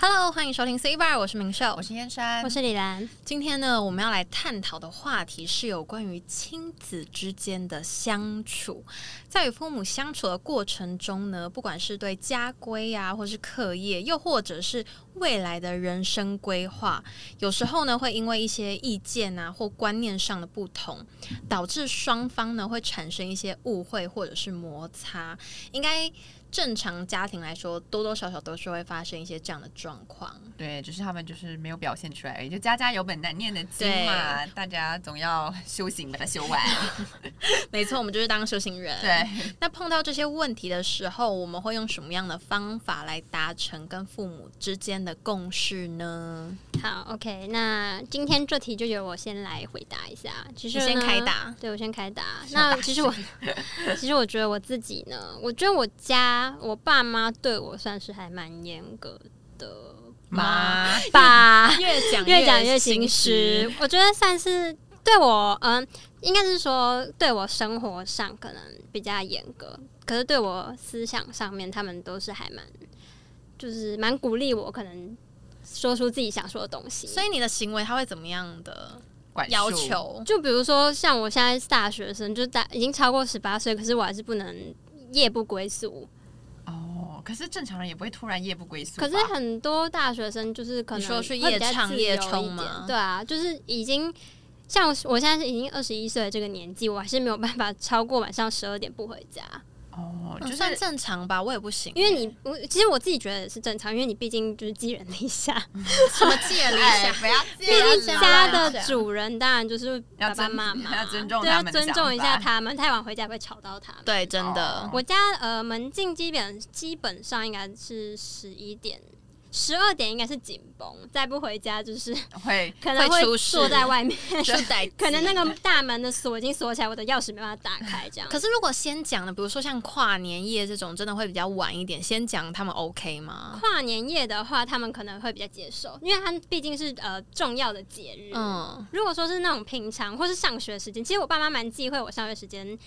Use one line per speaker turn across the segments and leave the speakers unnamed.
Hello，欢迎收听 C Bar，我是明秀
我。是燕山，
我是李兰，
今天呢，我们要来探讨的话题是有关于亲子之间的相处。在与父母相处的过程中呢，不管是对家规啊，或是课业，又或者是未来的人生规划，有时候呢，会因为一些意见啊或观念上的不同，导致双方呢会产生一些误会或者是摩擦。应该正常家庭来说，多多少少都是会发生一些这样的状 况。
对，只是他们就是没有表现出来而已，就家家有本难念的经嘛，大家总要修行把它修 完。
没错，我们就是当修行人。
对，
那碰到这些问题的时候，我们会用什么样的方法来达成跟父母之间的共识呢？
好，OK，那今天这题就由我先来回答一下。其实
你先
呢
开 打，
对我先开打。那其实我， 其实我觉得我自己呢，我觉得我家我爸妈对我算是还蛮严格的吧，
妈，
吧，
越讲
越讲
越
越心虚。。我觉得算是对我，嗯，应该是说对我生活上可能比较严格，可是对我思想上面，他们都是还蛮，就是蛮鼓励我，可能说出自己想说的东西。
所以你的行为他会怎么样的
管束
要，求？
就比如说，像我现在是大学生，就是大已经超过十八岁，可是我还是不能夜不归宿。
哦，可是正常人也不会突然夜不归宿吧。
可是很多大学生就是可能
你说去
会
夜
比较
唱
自
夜
由一
冲
点
吗
对啊，就是已经像我现在是已经二十一岁的这个年纪，我还是没有办法超过晚上十二点不回家，
哦，
嗯
就
算
是
正常吧，我也不行，
因为你我其实我自己觉得也是正常，因为你毕竟就是寄人篱下，
什么寄人篱
哎
下，
不 要
毕
这样
竟
啦
家的主人当然就是
啊要
爸爸
尊
妈妈，
要尊重
对，
他
要
们的
尊
想
重一下
法
他们，太晚回家会吵到他们。
对，真的
哦，
我家呃门禁基本基本上应该是十一点。十二点应该是紧绷，再不回家就是
会
可
会
能会
出事
坐在外面，
就得
可能那个大门的锁已经锁起来，我的钥匙没办法打开，这样。
可是如果先讲的，比如说像跨年夜这种，真的会比较晚一点，先讲他们 OK 吗？
跨年夜的话，他们可能会比较接受，因为他们毕竟是呃重要的节日。
嗯，
如果说是那种平常或是上学时间，其实我爸妈蛮忌讳我上学时间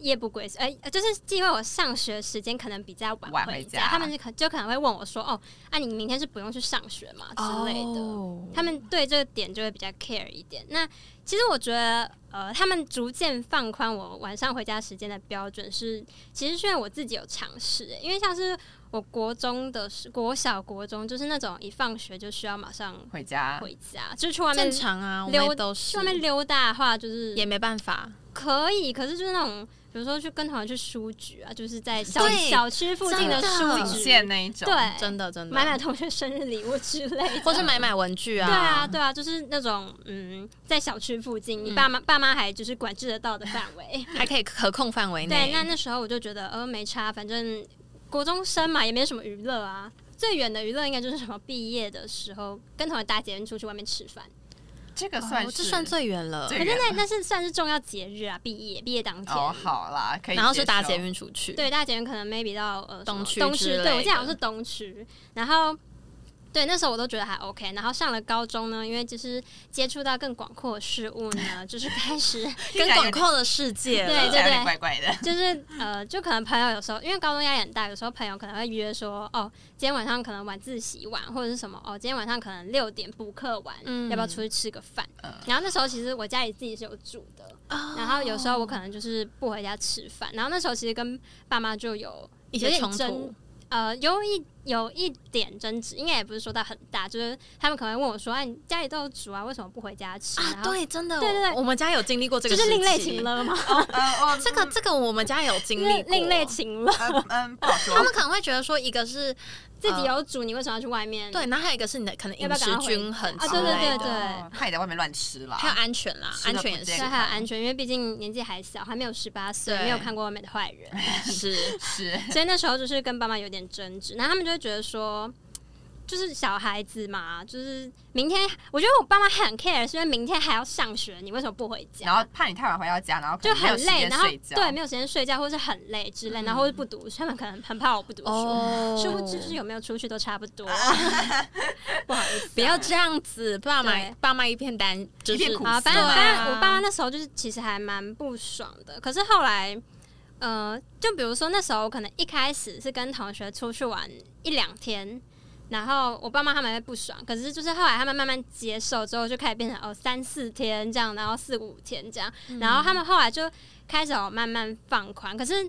夜不归宿，哎、呃就是忌讳我上学时间可能比较晚
晚
回
回
家，
家
他们就可就可能会问我说：“哦，啊，你明天是不用去上学嘛之类的。
哦
他们对这个点就会比较 care 一点。那其实我觉得，呃，他们逐渐放宽我晚上回家时间的标准是，其实是因为我自己有尝试、欸因为像是我国中的时国小、国中，就是那种一放学就需要马上
回家。
回家，就是去外面
正
去
常啊，我
溜
们也都是
外面溜达的话，就是
也没办法。
可以，可是就是那种。比如说去跟团去书局啊，就是在小
对
小区附近的
真
书
的
仅
局，
限那一种，
对，
真的真的，
哎买买同学生日礼物之类的，
或是买买文具啊，
对啊，对啊，就是那种嗯，在小区附近，你爸妈、爸妈还就是管制得到的范 围。
还可以可控范围内。
对，那那时候我就觉得呃没差，反正国中生嘛，也没什么娱乐啊。最远的娱乐应该就是什么毕业的时候跟同学搭捷运出去外面吃饭，
这个
哦
算是
这算最远了
最。
可是
远
那那是算是重要节日啊，毕业毕业当天。
哦，好啦，可以接受。
然后是搭捷运出去，，
对，大捷运可能 maybe 到呃什么
东区
东
之
区，
类
对我记得好像
的
是东区。然后对那时候我都觉得还 OK。然后上了高中呢，因为就是接触到更广阔的事物呢，就是开始
跟
听起来有
广
点，
阔的世界了
对
听起来有点怪 怪的。
就是呃，就可能朋友有时候因为高中压力很大，有时候朋友可能会约说，哦，今天晚上可能晚自习晚，或者是什么，哦，今天晚上可能六点补课晚，
嗯
要不要出去吃个饭？
嗯
然后那时候其实我家里自己是有住的，
哦
然后有时候我可能就是不回家吃饭，然后那时候其实跟爸妈就有
一些
有点
冲突
争，呃，有一有一点争执，应该也不是说到很大，就是他们可能会问我说：“哎，你家里都有煮啊，为什么不回家吃？”
啊，
然后，
对，真的，
对对对
我们家有经历过这
就
个，
是另类情。了吗？
嗯哦，
这个这个我们家有经
就
历
是
过
另类，情了，
嗯嗯，不好说。
他们可能会觉得说，一个是
自己有煮，你为什么要去外面？
呃对，然后还有一个是你的可能
要
饮
不要
食
赶快回
均衡
啊
之
对对
类的
对对，
怕你在外面乱吃啦。
还有安全啦，
吃
安
得
全
不
也
所
是
以
健
还有安全，因为毕竟年纪还小，还没有十八岁，
对
没有看过外面的 坏人，
是
是
所以那时候就是跟爸妈有点争执，然后他们就会觉得说。就是小孩子嘛，就是明天，我觉得我爸妈很 care，是因为明天还要上学，你为什么不回家？
然后怕你太晚回到家，然后可
就
能没有
很
时
累，
间
然后
睡觉。
对没有时间睡觉，或是很累之类，然后或是不读书，他们可能很怕我不读书，
嗯哦
殊不知就是有没有出去都差不 多。不好意思，啊
不要这样子，爸妈
对
爸妈一片担，就
一片
是
苦
啊，反正
涩
反
啊
正我爸那时候就是其实还蛮不爽的，可是后来。呃，就比如说那时候，可能一开始是跟同学出去玩一两天，然后我爸妈他们会不爽，可是就是后来他们慢慢接受之后，就开始变成哦三四天这样，然后四五天这样，
嗯
然后他们后来就开始、哦、慢慢放宽。可是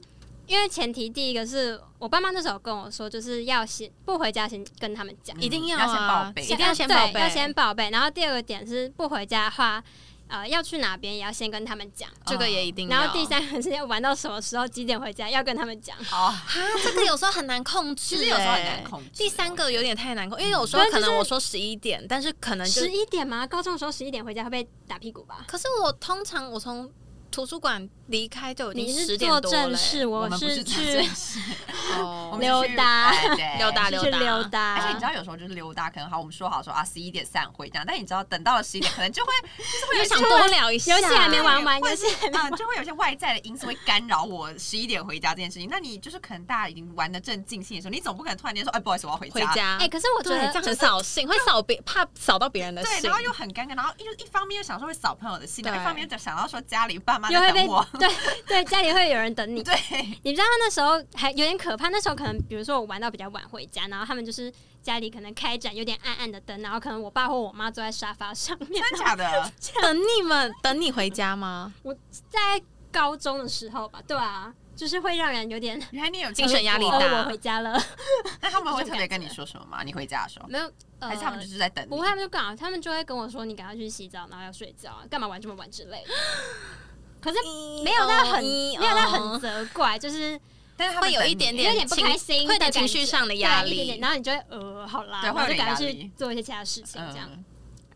因为前提第一个是我爸妈那时候跟我说，就是要先不回家先跟他们讲，
一定
要
啊，
先报备
一定要先报备，
对，要先报备。然嗯后第二个点是不回家的话，呃，要去哪边也要先跟他们讲。
这个也一定要。
然后第三个是要玩到什么时候，几点回家，要跟他们讲。
哦，
啊，这个有时候很难控制、
其实有时候很难控制
欸第三个有点太难控，因为有时候
嗯对就
可
是
能我说十一点，但是可能就
十一点吗？高中的时候十一点回家会被打屁股吧？
可是我通常我从图书馆离开就已
你
经十
是
点
做
多了欸
正事，
我
我
们不
是
是
去
正式 我
哦
们
溜
是去
达
哎对
溜达
是去 溜达，
而且你知道，有时候就是溜达，可能好，我们说好说啊，十一点散会这样，但你知道，等到了十一点，可能 就会就是会有
有
一
想
些
多聊一下，
游戏还没玩完，
或
游
者是
戏还没
啊、就会有一些外在的因素会干扰我十一点回家这件事情。那你就是可能大家已经玩的正尽兴的时候，你总不可能突然间说，哎，不好意思，我要回
回
家。
家。
哎、可是我觉
对，
得
这样很扫兴，会扫别怕扫到别人的
对，
兴
然。后又很尴尬，然后又一方面又想说会扫朋友的兴，
对
然后一方面又想到说家里爸妈
又
在
会
等
被
我。
对对，家里会有人等 你。
对，
你知道他那时候还有点可怕，那时候可能比如说我玩到比较晚回家，然后他们就是家里可能开盏有点暗暗的灯，然后可能我爸或我妈坐在沙发上面。
真假的？
等你们等你回家吗？
在高中的时候吧，对啊，就是会让人有点
原来你有
精神压力
呃
大
我回家 了，
那他们会特别跟你说什么吗？你回家的时候，
没有，呃
还是他们就是在等
不
你
会，？他们就干嘛？他们就会跟我说：“你赶快去洗澡，然后要睡觉，啊干嘛玩这么晚之类的。”可是没有到很没
咦哦
有到很责怪，就是
但是他们
会有
等
一
你
点
有点不
情
开心，
会有点
的感
情绪
觉
上的
对啊
压
一点
力
点然后你就会呃，好啦，
对
然后
会有
就
点
赶快
压
去
力
做一些其他事情，这样、
嗯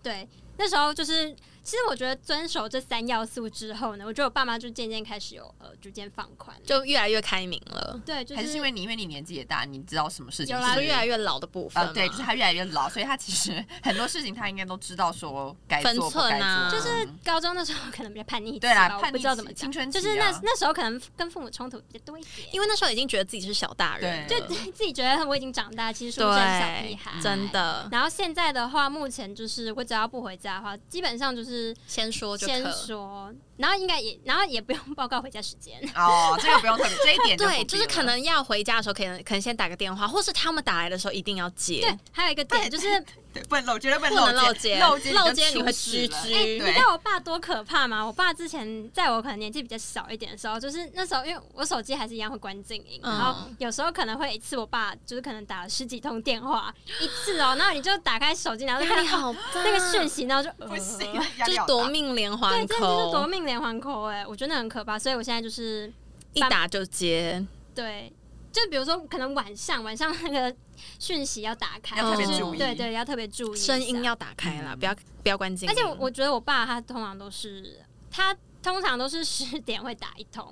对。那时候就是，其实我觉得遵守这三要素之后呢，我觉得我爸妈就渐渐开始有呃逐渐放宽，
就越来越开明了，
对，就
还是
是
因为你因为你年纪也大，你知道什么事情
有
就
啦
是越来
越
越老的部分
啊、
嘛。
对，就是他越来越老，所以他其实 很多事情他应该都知道说该
分
做不
寸
该
啊
做，
就是高中那时候可能比较叛逆期
嗯对啦
吧，我
叛
不
逆
知道
期
怎么
青
讲，
春期、啊，
就是那那时候可能那时候可能相处比较多一点，
嗯
因为那时候已经觉得自己是小大人了，
对
就自己觉得我已经长大，其实说真的小
对
屁孩，，
真。的
然后现在的话，目前就是我只要不回家的话，基本上就是
先说就
先
可。
说，然后应该也，然后也不用报告回家时间。
哦，这个不用特别，这一点
对，就
就不必
是
了
可能要回家的时候，可能可能先打个电话，或是他们打来的时候一定要接。
对，还有一个点就是，
哎
对
你
不能漏，绝对不
不
能
能
漏
漏
接，
接，
接
漏接
接
你会
吃
居
了。
居。
对
知道我爸多可怕吗？我爸之前在我可能年纪比较小一点的时候，就是那时候因为我手机还是一样会关静音，
嗯
然后有时候可能会一次我爸就是可能打了十几通电话一次哦，然后你就打开手机，然后就
压
看
力
到哦
好大，
那个讯息，然后就呃
不行，压
就
力
是
好大
夺命连
对，
环
真的就是夺
扣，
命连环扣哎、我觉得很可怕，所以我现在就是
一打就接，
对，就比如说可能晚上晚上那个讯息要打开，
要
特别
就是
注意
对对，要特别注意一下
声音要打开啦，
嗯
不要不要关静音。
而且我我觉得我爸他通常都是他通常都是十点会打一通，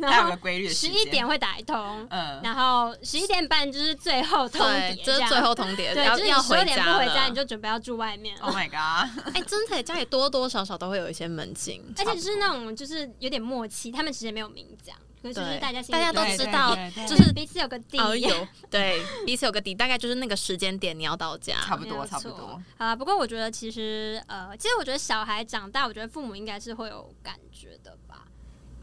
它有
然
个
后
规律的时
十
间
一点，会打一通，
嗯，
然后十一点半就是最后通
对，
牒，
这是最。后通牒，
对，
要
就是你
要
十二点不回
了
家，你就准备要住外面了
Oh my god，
哎，真的耶家里多多少少都会有一些门禁。
而且是那种就是有点默契，他们其实也没有明讲，可是就是
对
大家心里
大家都
有
知
底
道
对对对
就是彼此有个底。
哦，有对 彼此有个底，大概就是那个时间点你要到家。
差不
没
多
有
差不
错
多，
啊，不过我觉得其实呃，其实我觉得小孩长大，我觉得父母应该是会有感觉的吧。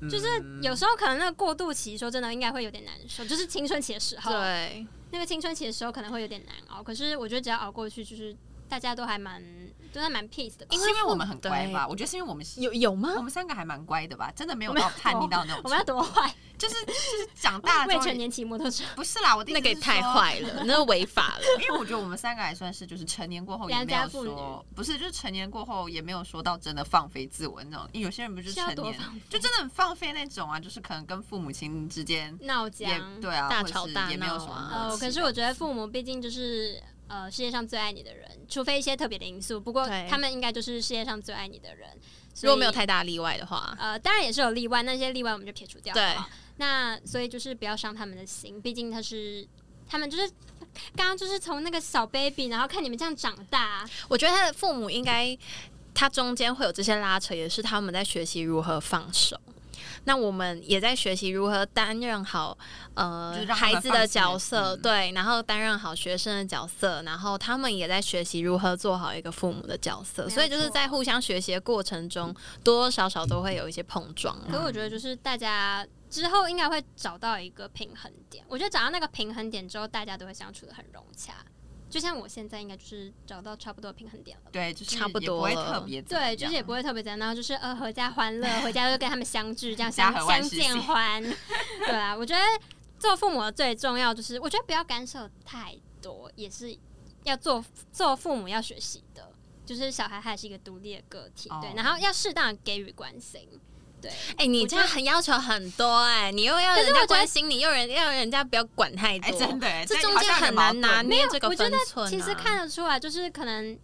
嗯
就是
嗯
有时候可能那个过渡期，说真的应该会有点难受，就是青春期的时候，
对，
那个青春期的时候可能会有点难熬。可是我觉得只要熬过去，就是大家都还蛮都还蛮 peace 的吧。
哦
是因为我们很
对
乖吧？我觉得是因为我们
有有吗
我？们三个还蛮乖的吧，真的没有
我们
到
要
叛逆到那
啊我
种
们要
程度，
多坏，
就是就是长大了
未
之后
成年骑摩 托车，
不是啦，我的意
那
思
个也
是
太
说
坏了，那个违法了。
因为我觉得我们三个还算是就是成年过后也
良
没
家
有
妇女
说，不是就是成年过后也没有说到真的放飞自我那种，因为有些人不就是
是要
成
多
年
放
就真的很放飞那种啊，就是可能跟父母亲之间
闹
也
僵。
对啊，
大
或者
吵
是
大
也没有
闹
什么
啊
默
呃，
契
可是我觉得父母毕竟就是呃世界上最爱你的人，除非一些特别的因素，不过
对
他们应该就是世界上最爱你的人。所
如
以
果没有太大例外的话，
呃，当然也是有例外，那些例外我们就撇除掉。
对
好不好那所以就是不要伤他们的心，毕竟他是他们就是刚刚就是从那个小 baby，然后看你们这样长大，啊
我觉得他的父母应该，他中间会有这些拉扯，也是他们在学习如何放手。那我们也在学习如何担任好呃
就是让他们
孩子的角色，
放心嗯
对，然后担任好学生的角色，然后他们也在学习如何做好一个父母的角色。
有
所以就是
错
在互相学习的过程中，多多少少都会有一些碰撞啦。
可
嗯
是我觉得就是大家。之后应该会找到一个平衡点，我觉得找到那个平衡点之后，大家都会相处的很融洽。就像我现在应该就是找到差不多的平衡点了。
对，就是
差不
也
多
不会
了
特别怎么
对，就是也
样
不会特别怎样，然后就是呃，合 家欢乐，回家就跟他们相聚，这样
家
相
和万
相
事兴
见欢。对啊，我觉得做父母的最重要就是，我觉得不要干涉太多，也是要做做父母要学习的，就是小孩还是一个独立的个体，
哦
对，然后要适当地给予关心，对。
哎、你这样很要求很多哎、你又要
可是
人家
我觉得
关心你，又人要人家不要管太多，
哎，真的耶，
这
那
中
好
间
像有
很
矛
难拿
盾
捏这个
我觉
分
得
寸、啊。
其实看得出来，就是可能，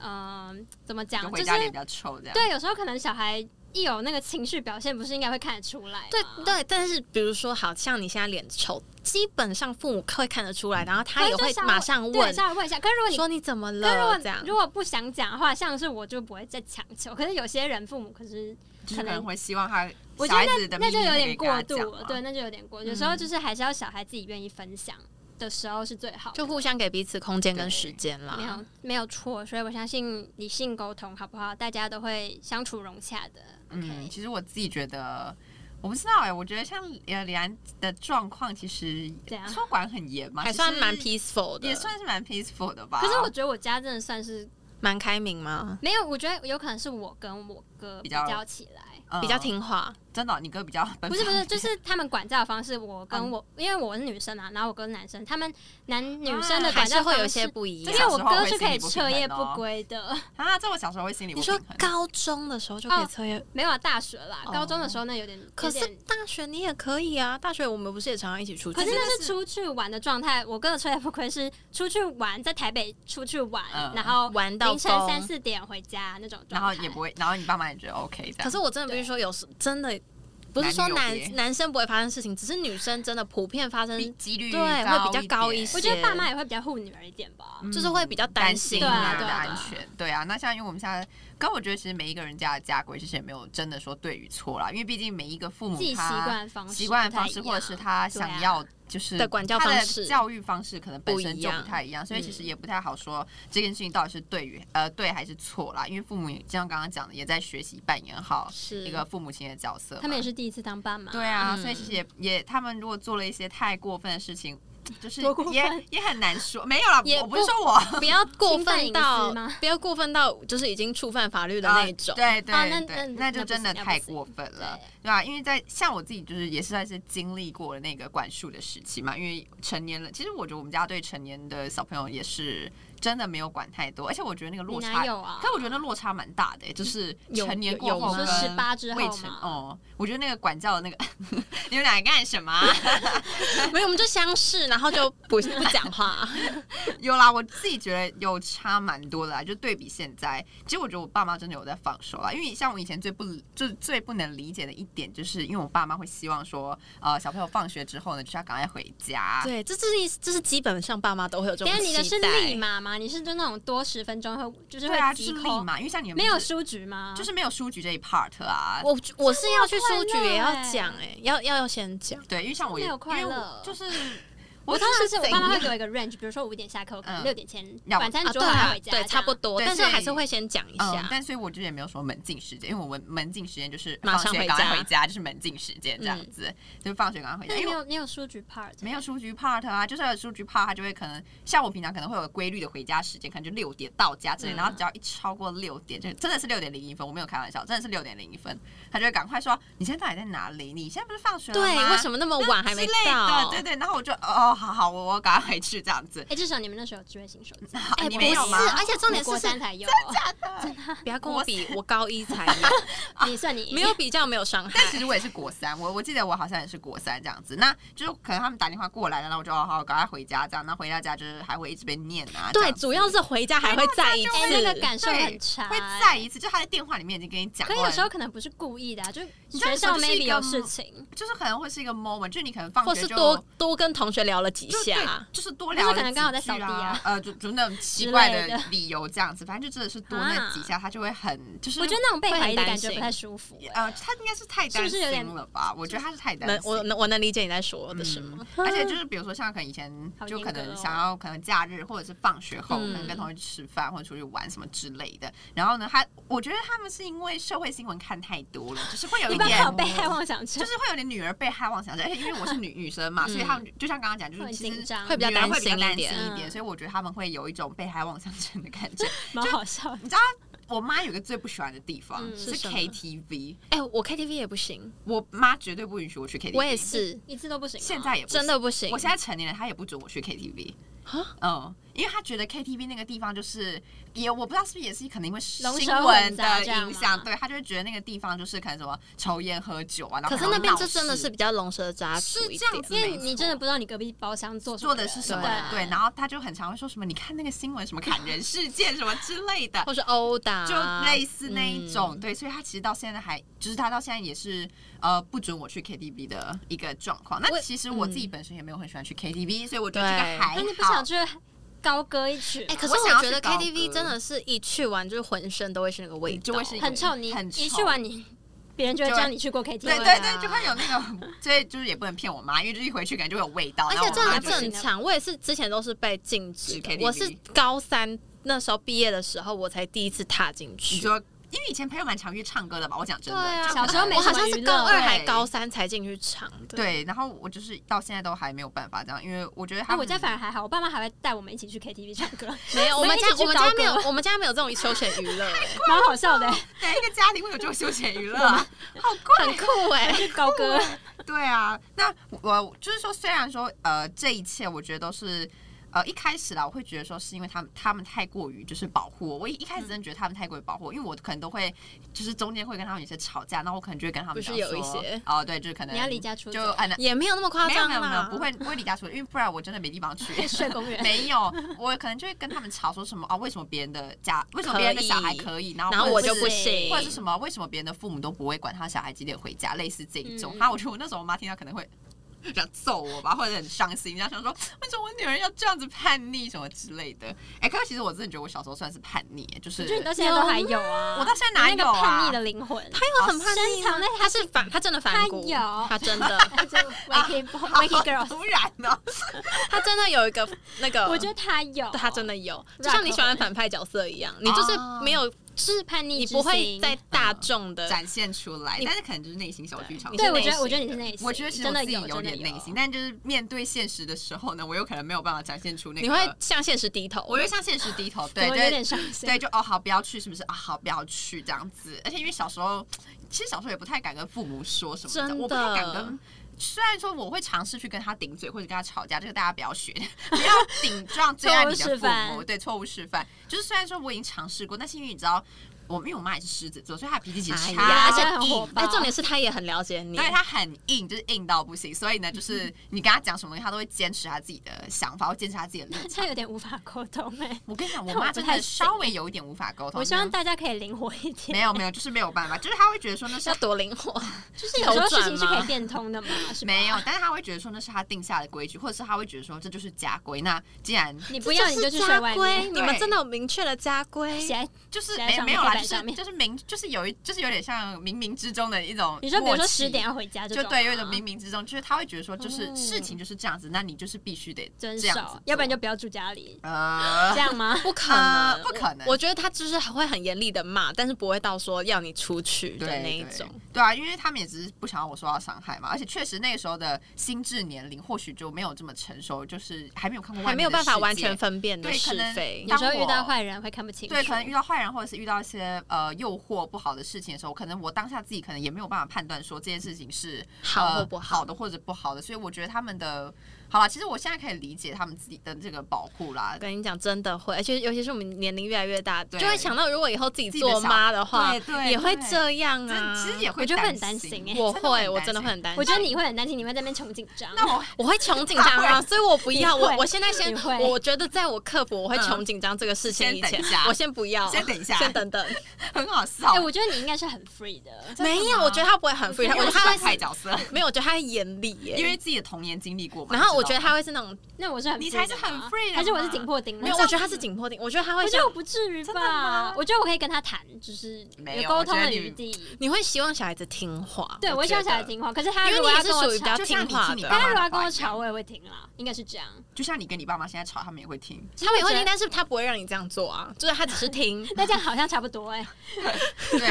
嗯、怎么
就
讲，
回
就
家脸
是
比较臭这样。
对，有时候可能小孩一有那个情绪表现，不是应该会看得出来吗？
对对，但是比如说，好像你现在脸丑，基本上父母会看得出来，然后他也
可
会
是就稍微
马上
对，
问
稍微问一下。可是如果你
说你怎么
可是如
了
果
这样。
如果不想讲的话，像是我就不会再强求。可是有些人父母可是
就是
可
可
能
能会希望他
我
小
觉得
孩子的
那就
秘密
有
可以
点
跟他
过度
讲
了，
嘛
对，，那就有点过。
嗯
有时候就是还是要小孩自己愿意分享的时候是最好的
就互相给啊彼此空间跟时间
没
啦。
有没有错，所以我相信理性沟通好不好？大家都会相处融洽的。
嗯，
OK，
其实我自己觉得，我不知道哎、我觉得像呃李安的状况，其实
怎样
说管很严嘛，
还
其
算
实
蛮 peaceful 的，
也算是蛮 peaceful 的吧。
可是我觉得我家真的算是
蛮开明吗？
没有，我觉得有可能是我跟我哥
比
比
较
较起来。
嗯
比较，听话，
真的哦、你哥比较奔
不是不
放
是，就是他们管教的方式，我跟我、
嗯
因为我是女生啊，然后我哥是男生，他们男女生的
啊还
管
是
教
会有
方
一些
式，
不一
因
样
这。
为
样
我哥是可以
小时候
彻
会心理
夜
不平衡哦
不归的，
啊，这我小时候会心里
你
不
说
平衡
高中的时候就可以
哦
测验，
没有啊大学啦，
哦
高中的时候那有点，
可
有
是
点
大学你也可以啊。大学我们不是也常常一起出去？
可是那是出去玩的状态，我哥的彻夜不归是出去玩，在台北出去玩，
嗯
然后
玩到
凌晨
疯
三四点回家那种状态，
然后也不会，然后你爸妈也觉得 OK 这样。
可是我真的必须说，有时真的不是说
男女有别
男男生不会发生事情，只是女生真的普遍发生，
比几率
对会比较高一
点
些
我觉得爸妈也会比较护女儿一点吧，
嗯
就是会比较担
担
心
女
啊
儿的
对啊
安
对啊
全。对啊，那像因为我们现在，跟我觉得其实每一个人家的家规其实也没有真的说对与错啦，因为毕竟每一个父母
自己习
他
惯的方式
习惯的
不太
方
一
式，
样
或者是他
对
想
啊
要就是
的管教
他的
方式
教育方式可能本
不
身
一
就不
样
太一样，所以其实
嗯
也不太好说这件事情到底是对与呃对还是错啦，因为父母也就像刚刚讲的，也在学习扮演好
是
一个父母亲的角色嘛，
他们也是第一次当爸妈，
对啊，
嗯
所以其实也也，他们如果做了一些太过分的事情，就是
多过分
也也很难说。没有啦，
也
我不是
不
说我
不要过
侵犯
分
隐
到
私吗
不要过分到就是已经触犯法律的那一种。
对对
啊那
对，
那
就
那不
真的
行那不
太
行
过分了，对吧、因为在像我自己，就是也是算是经历过那个管束的时期嘛。因为成年了，其实我觉得我们家对成年的小朋友也是真的没有管太多，而且我觉得那个
你
落
哪
差
有啊？
可我觉得落差蛮大的、欸就是
有
成年
有
过
有
后跟
吗
18之后
未成
嘛
哦、我觉得那个管教的那个， 你们俩在干什么啊、
没有，我们就相视，然后就不不讲 话。
有啦，我自己觉得有差蛮多的啦，就对比现在，其实我觉得我爸妈真的有在放手啦。因为像我以前最不就是最不能理解的一点，就是因为我爸妈会希望说，呃，小朋友放学之后呢，就是要赶快回家。
对，这这是这是基本上爸妈都会有这
等一
种
下你的
期
是
待
立。马吗？你是就那种多十分钟会就是
对啊，
会
就
急
是
扣
立，马，因为像你们
没有
不是
书局吗？
就是没有书局这一 part 啊。
我我是要去书局
快乐
也要
欸
讲哎、要要要先讲。
对，因为像我也
没有快
因为
乐
我就是
我通常是我
怎
爸妈会
样
给我一个 range，比如说五点下课，我可能
嗯
六点前
要
晚餐
啊，
桌
对
才
啊
回，家，
对，差不多，
对
但是
所以
还是会先讲一
嗯，
下。
但所以我就也没有什么门禁时间，因为我们门禁时间就是
马
放
上
学
回
赶快
家
回家，就是门禁时间这样子，就放学赶快回家。
但是
因
没
为
嗯有没有书局 part，
哎没有书局 part 啊，就是有书局 part，他就会可能像我平常可能会有规律的回家时间，可能就六点到家之类，
嗯
然后只要一超过六点，就真的是六点零一分，我没有开玩笑，真的是六点零一分，他就会赶快说你现在到底在哪里？你现在不是放学了
对，
吗
为什么那么晚还没
嗯之类的
到？
对对，然后我就哦，好好，我我赶快回去这样子。
哎，至少你们那时候有智慧型手机，
哎
你
不
没有吗？
是而且重点
我
是
国
是
三才有，
啊
不要跟
我
我比，我高一 才有。
你算你
没有比较没有伤害。
但其实我也是国三，我我记得我好像也是国三这样子。那就是可能他们打电话过来了，然后我就哦好好赶快回家这样。那回到家就是还会一直被念啊。这
对，
样子
主要是回家还会再一次，
哎那个感受很差，
会
哎
再一次，就他在电话里面已经跟你讲
可
过了。
有时候可能不是故意的啊，就
你知道
学
有时候
校
就是一
maybe
个
有事情，
就是可能会是一个 moment，就是你可能放
或
学
是
就
多多跟同学聊了几
就
下
对，，就是多聊了
或是可能刚好在
几句
扫地
啊
啊，
呃，就就那种奇
之
怪
类
的
的啊
理由这样子，反正就真的是多那几下，他就会很就是
我觉得那种被
会很
怀疑的
担
感觉
心
不太舒服，哎
呃，他应该是太
是不
担
是有
心
点
了吧？我觉得他是太担
能
心嗯
我能我能理解你在说的是吗？
而且就是比如说，像可能以前
嗯好
就
严
可
格
能
哦
想要可能假日或者是放学后，可
嗯
能跟同学去吃饭或者出去玩什么之类的。然后呢，他我觉得他们是因为社会新闻看太多了，就是会有
你
一
爸
点
爸有被害妄想 症
就，是会有点女儿被害妄想症，而且因为我是女女生嘛，所以他们就像刚刚讲，就是
嗯会
其
紧
实
张，
会比较
女人
担心
比较
一点
一点，
嗯
所以我觉得他们会有一种被害妄想症的感 觉。
蛮好笑的。
我妈有个最不喜欢的地方、
嗯
是
是什么
KTV，
哎、我 KTV 也不行，
我妈绝对不允许我去 KTV。
我也，是，
一次都不行啊吗。
现在也不
真的不行。
我现在成年了，他也不准我去 KTV
啊。
嗯，因为他觉得 KTV 那个地方就是也我不知道是不是也是可能因为新
龙蛇
闻
混杂
的
这样
影响，
吗
对他就会觉得那个地方就是可能什么抽烟喝酒啊，然后
可是
还有
那边
闹
就真的
事
是比较龙蛇杂处
是
一
这样
点
子
因为
没错
你真的不知道你隔壁包厢做什
做
么
的
人
是什么
对
人
啊
对，然后他就很常会说什么你看那个新闻什么砍人事件什么之类 的，
或是殴打，啊
就类似那一种，
嗯
对，所以他其实到现在还，就是他到现在也是呃不准我去 KTV 的一个状况。那
我
其实我自己
嗯
本身也没有很喜欢去 KTV，、所以我觉得这个
对
还
那你不
好
想。去高歌一曲吗？
哎、可是
我
我
想要
觉
去
得
高歌
KTV 真的是一去完就是浑身都会是那个味道，
嗯就会是一个
很臭，你
很
一
臭
去完你，别人就会
就
知道
会
你去过 KTV。
对
对
对
啊
对，就会有那种， 所以就是也不能骗我妈，因为就是一回去感觉就会有味道。
而
然后
且
我
这
妈
很
就是
正常，我也是之前都是被禁止的
啊去。KTV
我是高三那时候毕业的时候，我才第一次踏进
你
去。
说，因为以前朋友蛮常去唱歌的吧，我讲真的，就
小时候没
我
什
啊好
么
像
娱
是
乐
高二
对
还高三才进去唱的。，
对，然后我就是到现在都还没有办法这样，因为我觉得他
那
们
啊我家反而还好，我爸妈还会带我们一起去 KTV 唱歌，
没有我们家
我们一起去
我们
高
家
歌
没有我们家没有这种休闲娱乐，哎
蛮好笑的，
哪一个家庭会有这种休闲娱乐啊？好怪
很酷哎。
去高歌。
对啊，那我就是说，虽然说呃，这一切我觉得都是。呃，一开始啦，我会觉得说是因为他们他们太过于就是保护我，我一一开
嗯
始真的觉得他们太过于保护我，因为我可能都会就是中间会跟他们有些吵架，那我可能就会跟他们
不是
讲
有一
说
些
哦，对，就是可能
你要离家出
就
走
哎、那
也没有那么夸
没有
张
没有没有
啦，
不会不会离家出走，因为不然我真的没地方 去。
睡公园
没有，我可能就会跟他们吵说什么啊、为什么别人的家为什么别人的小孩可以，然后
然后
或
我
者
就是不行
或。者是什么？为什么别人的父母都不会管他小孩几点回家？类似这一种，
嗯
哈、我觉得我那时候我妈听到可能会想揍我吧，或者很伤心，然后想说为什么我女儿要这样子叛逆什么之类的。哎、可是其实我真的觉得我小时候算是叛逆，就是
我觉得你到现在都还有啊，
我到现在哪有啊
你那个 叛逆的灵魂？
他有很叛逆
深藏
吗
在？
他是反，他真的反骨，
他有
他真的，
就 Wacky
啊好
Wacky Girls，
突然哦呢、
他真的有一个 那个，
我觉得他有，
他真的有，
Rock
就像你喜欢反派角色一样，你就是没有，
是叛逆
你
之
不会
心
在大众的
展现出来，
你
但是可能就是内心小剧场
对。你
对，我
是内
觉得我觉得
心
你是
的
内心，
我觉得其实
真
我
的
自己
有
点内心，，但就是面对现实的时候呢，我有可能没有办法展现出那个。
你会向现实低头。
我就向现实低头，对，就
真的有我有
是
点伤心。
对，就哦好不要去，是不是啊好不要去这样子？而且因为小时候，其实小时候也不太敢跟父母说什么
真的
我不太敢跟。虽然说我会尝试去跟他顶嘴或者跟他吵架，这个大家不要学，不要顶撞最爱你
错误
的
示
父母，
范
对错误示范。就是虽然说我已经尝试过，但是因为你知道，我因为我妈也是狮子座，所以她脾气其
哎
实
呀，
超
而且
很火
硬
硬，
爆
哎，重点是他也很了解你，
对他很硬，就是硬到不行。所以呢， 就是你跟他讲什么，他都会坚持他自己的想法，会坚持他自己的立场。
他有点无法沟通哎。
我跟你讲，我
那我
妈
不
真
太
的
行
稍微有一点无法沟通。
我希望
那
大家可以灵活一点，
没有没有，就是没有办法，就是他会觉得说 那是
要多灵活，
就是有时候事情是可以变通的嘛，是吧
没有，，但是他会觉得说那是他定下的规矩，或者是他会觉得说这就是家规。那既然
你不要你就去睡外面，
你们真的有明确的家规？
起来
就是
谁
没
上
没有啦，
黑
就
板上
是
面
就是明就是有一就是有点像冥冥之中的一种默契，
你说比如说十点要回家这
就
种吗，
对，有一种冥冥之中，就是他会觉得说就是、
哦
事情就是这样子，那你就是必须得
遵
这样子
守
做，
要不然就不要住家里，
呃
这样吗？
不可能，
呃不可能
我我觉得他就是会很严厉的骂，但是不会到说要你出去的
对
那一
对
种。
对啊，因为他们也只是不想要我受到伤害嘛，而且确实那个时候的心智年龄或许就没有这么成熟，就是还没有看过外
还没
面
有
的
办法
世
完
界
全分辨的
对可
是
能
非，
有时候
当我
遇到坏人会看不清楚，
对，可能遇到坏人或者是遇到一些呃诱惑不好的事情的时候，可能我当下自己可能也没有办法判断说这件事情是
好
呃
或不
好的或者不好的，所以我觉得他们的好了，其实我现在可以理解他们自己的这个保护啦
我。跟你讲，真的会，而且尤其是我们年龄越来越大，就
对
会想到如果以后自己
自己的
做
小
妈的话
对，对
也会
对
这样
真
啊。
其实也
我
会
觉得会很
担
担心欸
我会，
很
我
担
真的
心
会很担心。
我觉得你会很担心，你会在那边穷紧张。
那我
我会穷紧张啊，所以我不要。
你会
我我现在先
你，会
我觉得在我克服我会
嗯
穷紧张这个事情
先
以
等
前
一下，
我先不要，
先等一下
先等等。
很好笑
哎，，我觉得你应该是很 free 的，
真的
没有，
吗
我觉得他不会很 free，
我
他
因
我觉
为
得
我是
他
反
会
派
是
角色，
没有，我觉得他会严厉耶。
因为自己的童年经历过嘛。
然后我
你
觉
知
得
道
他会是那种，
那我是很
你
free
才是
的吗
很 free 的
还是我是
嘛
紧迫盯人？
没有，我觉得他是紧迫定，我觉得他会
我觉
像
得我不至于
真的吗
吧？我觉得我可以跟他谈，就是
没有
沟通
我觉得
的
你
余地。
你会希望小孩子听话。
对，我
觉
希望小孩
得
听话，可是他
因为
如
你
果
也
要
是
跟我
属于比较
吵，
就
听
像你
话
听你
的
爸
但
妈
是
的
如果要
话
跟我
一样
吵，我也会听啦，应该是 这样。
就像你跟你爸妈现在吵，他们也会 听。
他们也会听，
我觉得
但是他不会让你这样做啊，就是他只是听。
那这样好像差不多哎、
对，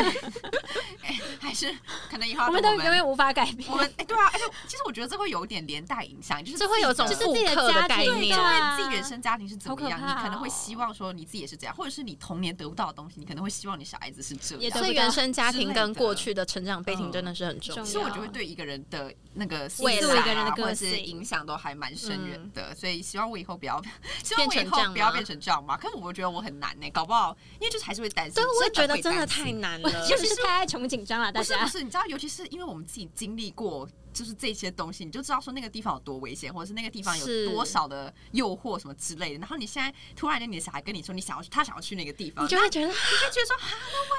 哎，还是可能以后要
我们
等
都永远无法改变
我。们哎、对啊，而且其实我觉得这会有一点连带影响，就是
这会有种
自己的
是
复
自己的
刻
家庭
概
对
念
啊，
自己原生家庭是怎么样，
好可怕哦
啊
你可能会希望说你自己也是这样，或者是你童年得不到的东西，你可能会希望你小孩子是这
也
样
得。
所以
不到
原生家庭
之类
跟
的
过去的成长背景真的是很重要。
嗯
其实我觉得会对一个人的那个
未
思
来
想
一个
人
啊，
的个
或者是
性
影响都还蛮深远的，所以希望我以后不要， 希望
变成
我以
这
后
样
不要
吗
变成这样嘛。可是我觉得我很难呢、搞不好因为就是还是会担心。
对，啊我也觉得
会
真的
担
太
心
难了。
是不是太爱穷紧张了？大
不是
家
不是，你知道，尤其是因为我们自己经历过，就是这些东西，你就知道说那个地方有多危险，或者是那个地方
是
有多少的诱惑什么之类的。然后你现在突然间，你的小孩跟你说你想要去，他想要去那个地方，
你
你
就
就
会觉得
觉得说啊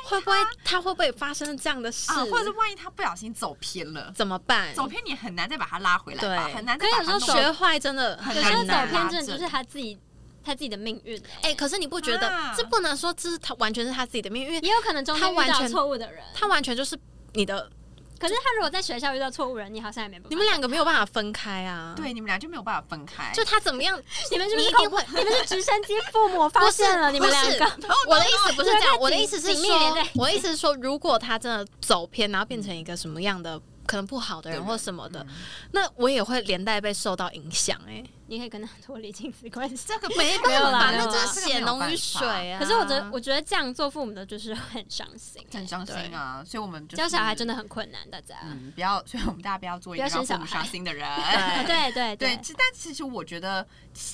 会不会他会不会发生这样的事，
啊，或者是万一他不小心走偏了，
怎么办？
走偏你很难再把他拉回来吧，
对
很难再
可以
把
有
他
时
弄
候手
学坏真的
很
有时候
很
走
难
偏
啊。
正就是他自己他自己的命运欸
哎，可是你不觉得
啊
这不能说这是他完全是他自己的命运，因为
也有可能中
他
间遇
完
到
全
错误的人。
他完全就是你的，
可是他如果在学校遇到错误人，你好像也没办法。
你们两个没有办法分开啊。，
对，你们俩就没有办法分开。
就他怎么样，
你们是不
你
是
一定
恐
会
怖？你们是直升机父母发现了你们两个，
不是我的意思不是这样，我的意思是
紧密连在一
说，我的意思是说，如果他真的走偏，然后变成一个什么样的，可能不好的人
对
或什么的
嗯，
那我也会连带被受到影响。哎，
你可以跟他脱离亲子关系。
这个
没
没有
办法，那
啦，这
真
个
是
没
血
有
浓
办
于
法
水啊。
可是我觉 得，我觉得这样做父母的就是会很伤心，
很伤心啊。所以我们就是
教小孩真的很困难，大家。
嗯，不要，所以我们大家不要做一个
不要
让
生
父
小
母
孩
伤心 的人。
啊对
对
对，
对对，
其但其实我觉得，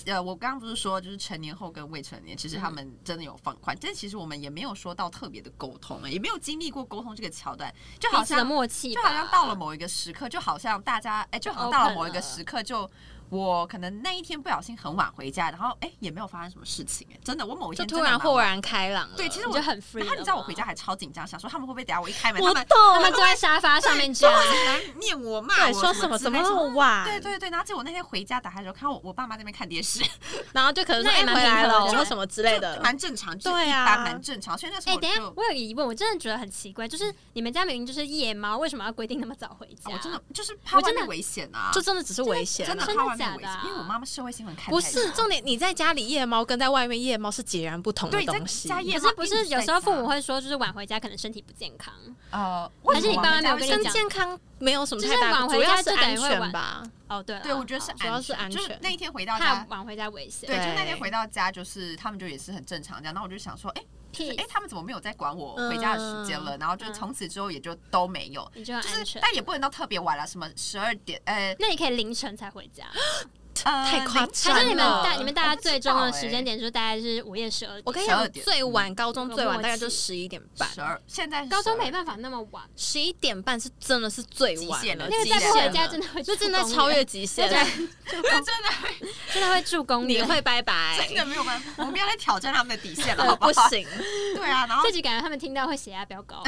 呃，我刚刚不是说，就是成年后跟未成年，其实他们真的有放宽，但其实我们也没有说到特别的沟通、欸也没有经历过沟通这个桥段，就好
彼此的
像啊
默契吧，
就好像到了某一个时刻，就好像大家哎、就好像到了某一个时刻就。我可能那一天不小心很晚回家，然后哎、也没有发生什么事情、哎，真的，我某一
就
天
突然豁
然，
然开朗了。
对，其实
你
我
就很 free
然后你知道我回家
了吗
还超紧张，想说他们会不会等下我一开门，他
我
们
懂，他们坐在沙发上面这样，
念我骂
对，
我
说什么
之
怎
类
么那
什
么晚？
对对对，然后结果那天回家打开的时候，看到我我爸妈在那边看电视，
然后就可能说
那也
哎回
蛮
来
平和
了
的
或什么之类的
就。蛮正常，就是
对
一
啊
般蛮正常。所以那时
哎、
候我就
等一下，我有个疑问，我真的觉得很奇怪，就是你们家明明就是夜猫，为什么要规定那么早回家？
啊我真的就是怕
我
外
真的
面危险啊，
就真的只是危险啊，
真的
真的
怕外面危
假的
险
啊，
因为我妈妈社会新闻看
不
太
是
多
重点。你在家里夜猫跟在外面夜猫是截然不同的
对你在
东西。
家夜
可
猫
是不是有时候父母会说，就是晚回家可能身体不健康，
呃，
还是你
为什么
爸妈没有
我们家
跟
跟
你讲
健康没有什么
就
太
是
大
晚
的，
回
主要
家
是
就等
安
于会
全
晚
吧。
哦，对了，
对，我觉得是
好
主要是
安
安
全，就是
全
那一天回到
怕
家，
晚回家危险。
对，就
对
那天回到家，就是他们就也是很正常这样。然后我就想说，哎，就是
屁
哎，他们怎么没有在管我回家的时间了？然后就
嗯
从此之后也就都没有，
你就很
就
嗯安
是哎
全。
但也不能到特别晚了，什么十二点， 呃
那你可以凌晨才回家，
呃，
太夸
凌
张
晨
还是你们
了
大你们大
我
家
不知
最终的
道
时间点就是大概是午夜十二
我跟
点？
你
12
讲，
点
最晚高中
有个
最晚
默
大概就
契
十一点半，
十二，现在是
高中
12
没办法那么晚，
十一点半是真的是最
极
晚
限
了，
了
那个
极
再不回
限
家
了
真的会
就
住
真的
公
超
园
越极限
真
了，
的
真的
真的会住公
你
园。
会拜拜，
真的没有办法，我们不要再挑战他们的底线了，
呃
好
不
好？
行，
对啊，然后
自己感觉他们听到会血压飙高，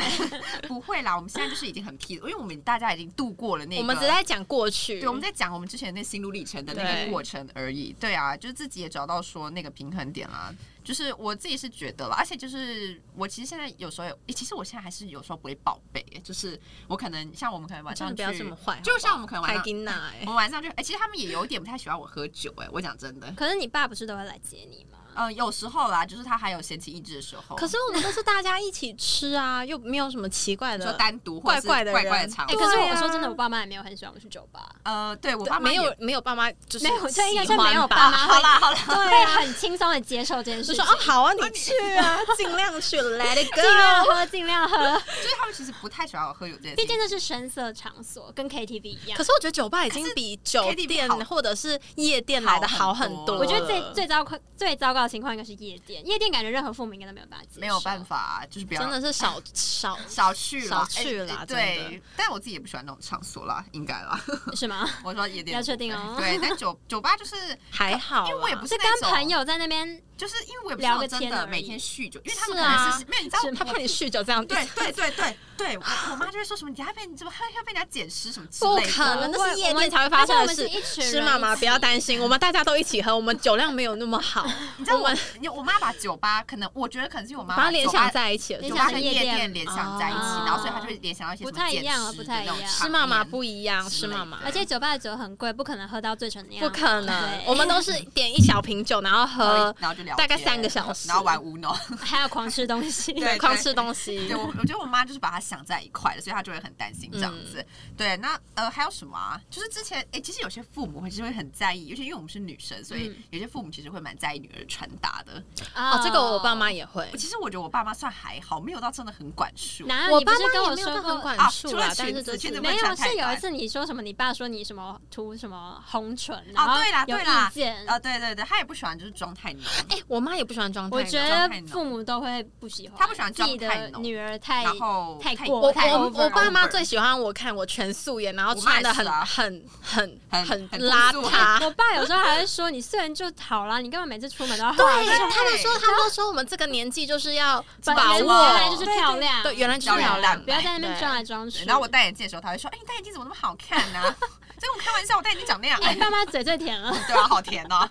不会啦，我们现在就是已经很 peace，因为我们大家已经度过了那个。
我们只在讲过去
对，我们在讲我们之前那心路历程的那
对
个过程而已。对啊，就是自己也找到说那个平衡点啦。就是我自己是觉得啦，而且就是我其实现在有时候有，诶其实我现在还是有时候不会报备，就是我可能像我们可能晚
真的
上去，
不要这么坏好不好，
就像我们可能晚上
海金娜
我们晚上就，哎、其实他们也有一点不太喜欢我喝酒、哎，我讲真的，
可是你爸不是都会来接你吗？
呃，有时候啦，就是他还有闲情逸致的时候，
可是我们都是大家一起吃啊，又没有什么奇怪
说
的，
单独或
怪
者是
怪的
怪怪的
人
场
哎、
合，
对
可是
啊
我说真的，我爸妈也没有很喜欢我去酒吧，
呃，对我
对
爸妈
没
也
有没有爸妈就是
没有就应该
喜
是没有
欢吧
爸妈
好啦好啦，
会啊很轻松的接受这件事
就
情。
说哦，好啊，你去啊，尽量去，Let it
尽量
go。
喝，尽量喝，
就是他们其实不太喜欢我喝酒这件
毕
事
竟
情。
这是深色场所，跟 KTV 一样
可。是我觉得酒吧已经比酒
KTV
店
好
或者是夜店来的好很多了。
我觉得最最糟糕、最糟糕的情况应该是夜店，夜店感觉任何父母应该都没有办法接受，
没有办。法，就是不要
真的是少啊少
少去了，
少去啦
哎
真的
哎对，但我自己也不喜欢那种场所啦，应该啦。
是吗？
我说夜店的
要确定
部分
哦
对，但酒 酒吧就是，
还好啦，啊
因为我也不
是
是
跟
那种
朋，友在那边，
就是因为我也不是
聊
那
个
种
天
真的
而已
每天酗酒，因为他们
是
可
啊
能是没有你知道
是
他怕你酗酒这样，
对对对对对，我我妈就会说什么，你等下被你怎么还要被人家捡尸什么之
不
类
可
的。
能，
呃我
那是夜店才会发
而且
生的
我们是
事。
一群人，
是妈妈，不要担心，我们大家都一起喝，我们酒量没有那么好，
你知道
我
我
们，
你我妈把酒吧可能，我觉得可能是因为我妈
把它
把
联
酒吧
想在一起了。
联
酒
就
想
吧
是
在
跟
夜
夜
店啊
店联想在一起，
哦
然后所以他就会联想到一些
不
什么
太一
捡
样了
尸
不
的
太
那种
一样
场
是妈妈
面
不一样，
之
是
类
妈
的
妈。
而且酒吧的酒很贵，不可能喝到醉成那样，
不可能，啊
对
我们都是点一小瓶酒，然后
然后
喝
然后就聊天，
大概三个小时
然后玩 Uno。
还有狂吃东西。
对
狂吃东西
对，我我觉得我妈就是把它想在一块了，所以她就会很担心这样
嗯
子。对，那呃还有什么啊？就是之前哎、诶其实有些父母会是会很在意，尤其因为我们是女生，所以
嗯
有些父母其实会蛮在意女儿的穿搭的。
哦，这个我爸妈也会。
其实我觉得我爸妈算还好，没有到真的很管束。
哪有
我
你不
爸
是
妈
跟
也
我
没有
说
到很
过，
管
啊
束
除
啦，
了
但
裙
是
子
就
裙
是
子
没
不能
有
穿太
是有一
短
次你说什么，你爸说你什么涂什么红
哦
唇，然
啊，
后
对啦
有
对啦
意，见。
呃
啊对对对，她也不喜欢就是妆太浓。
哎、我妈也不喜欢妆太
我
浓。
觉
妆
得
太浓
父母都会不喜欢，
他不喜欢
自
妆
己
太
的
浓
女儿太
然后
太
太
过
我
太
哎我
over
我爸妈
over
最喜欢我看我全素颜，然后
我妈
穿
也
的很、
是啊
很很
很
很
很
邋
素
遢。
我爸有时候还会说：“你素颜就好啦，你干嘛每次出门都要化
对
妆
哎他们说，他们都说我们这个年纪就是要
本
把
来
握，
原来就是漂亮，
啊对，原来就是
胶原
漂亮
蛋
不要在那
对
边装来装去。”
然后我戴眼镜的时候，他会说：“哎、你戴眼镜怎么那么好看呢、所以我们开玩笑，我戴眼镜长 那样。
哎，爸妈嘴最甜了，
对啊，好甜哦。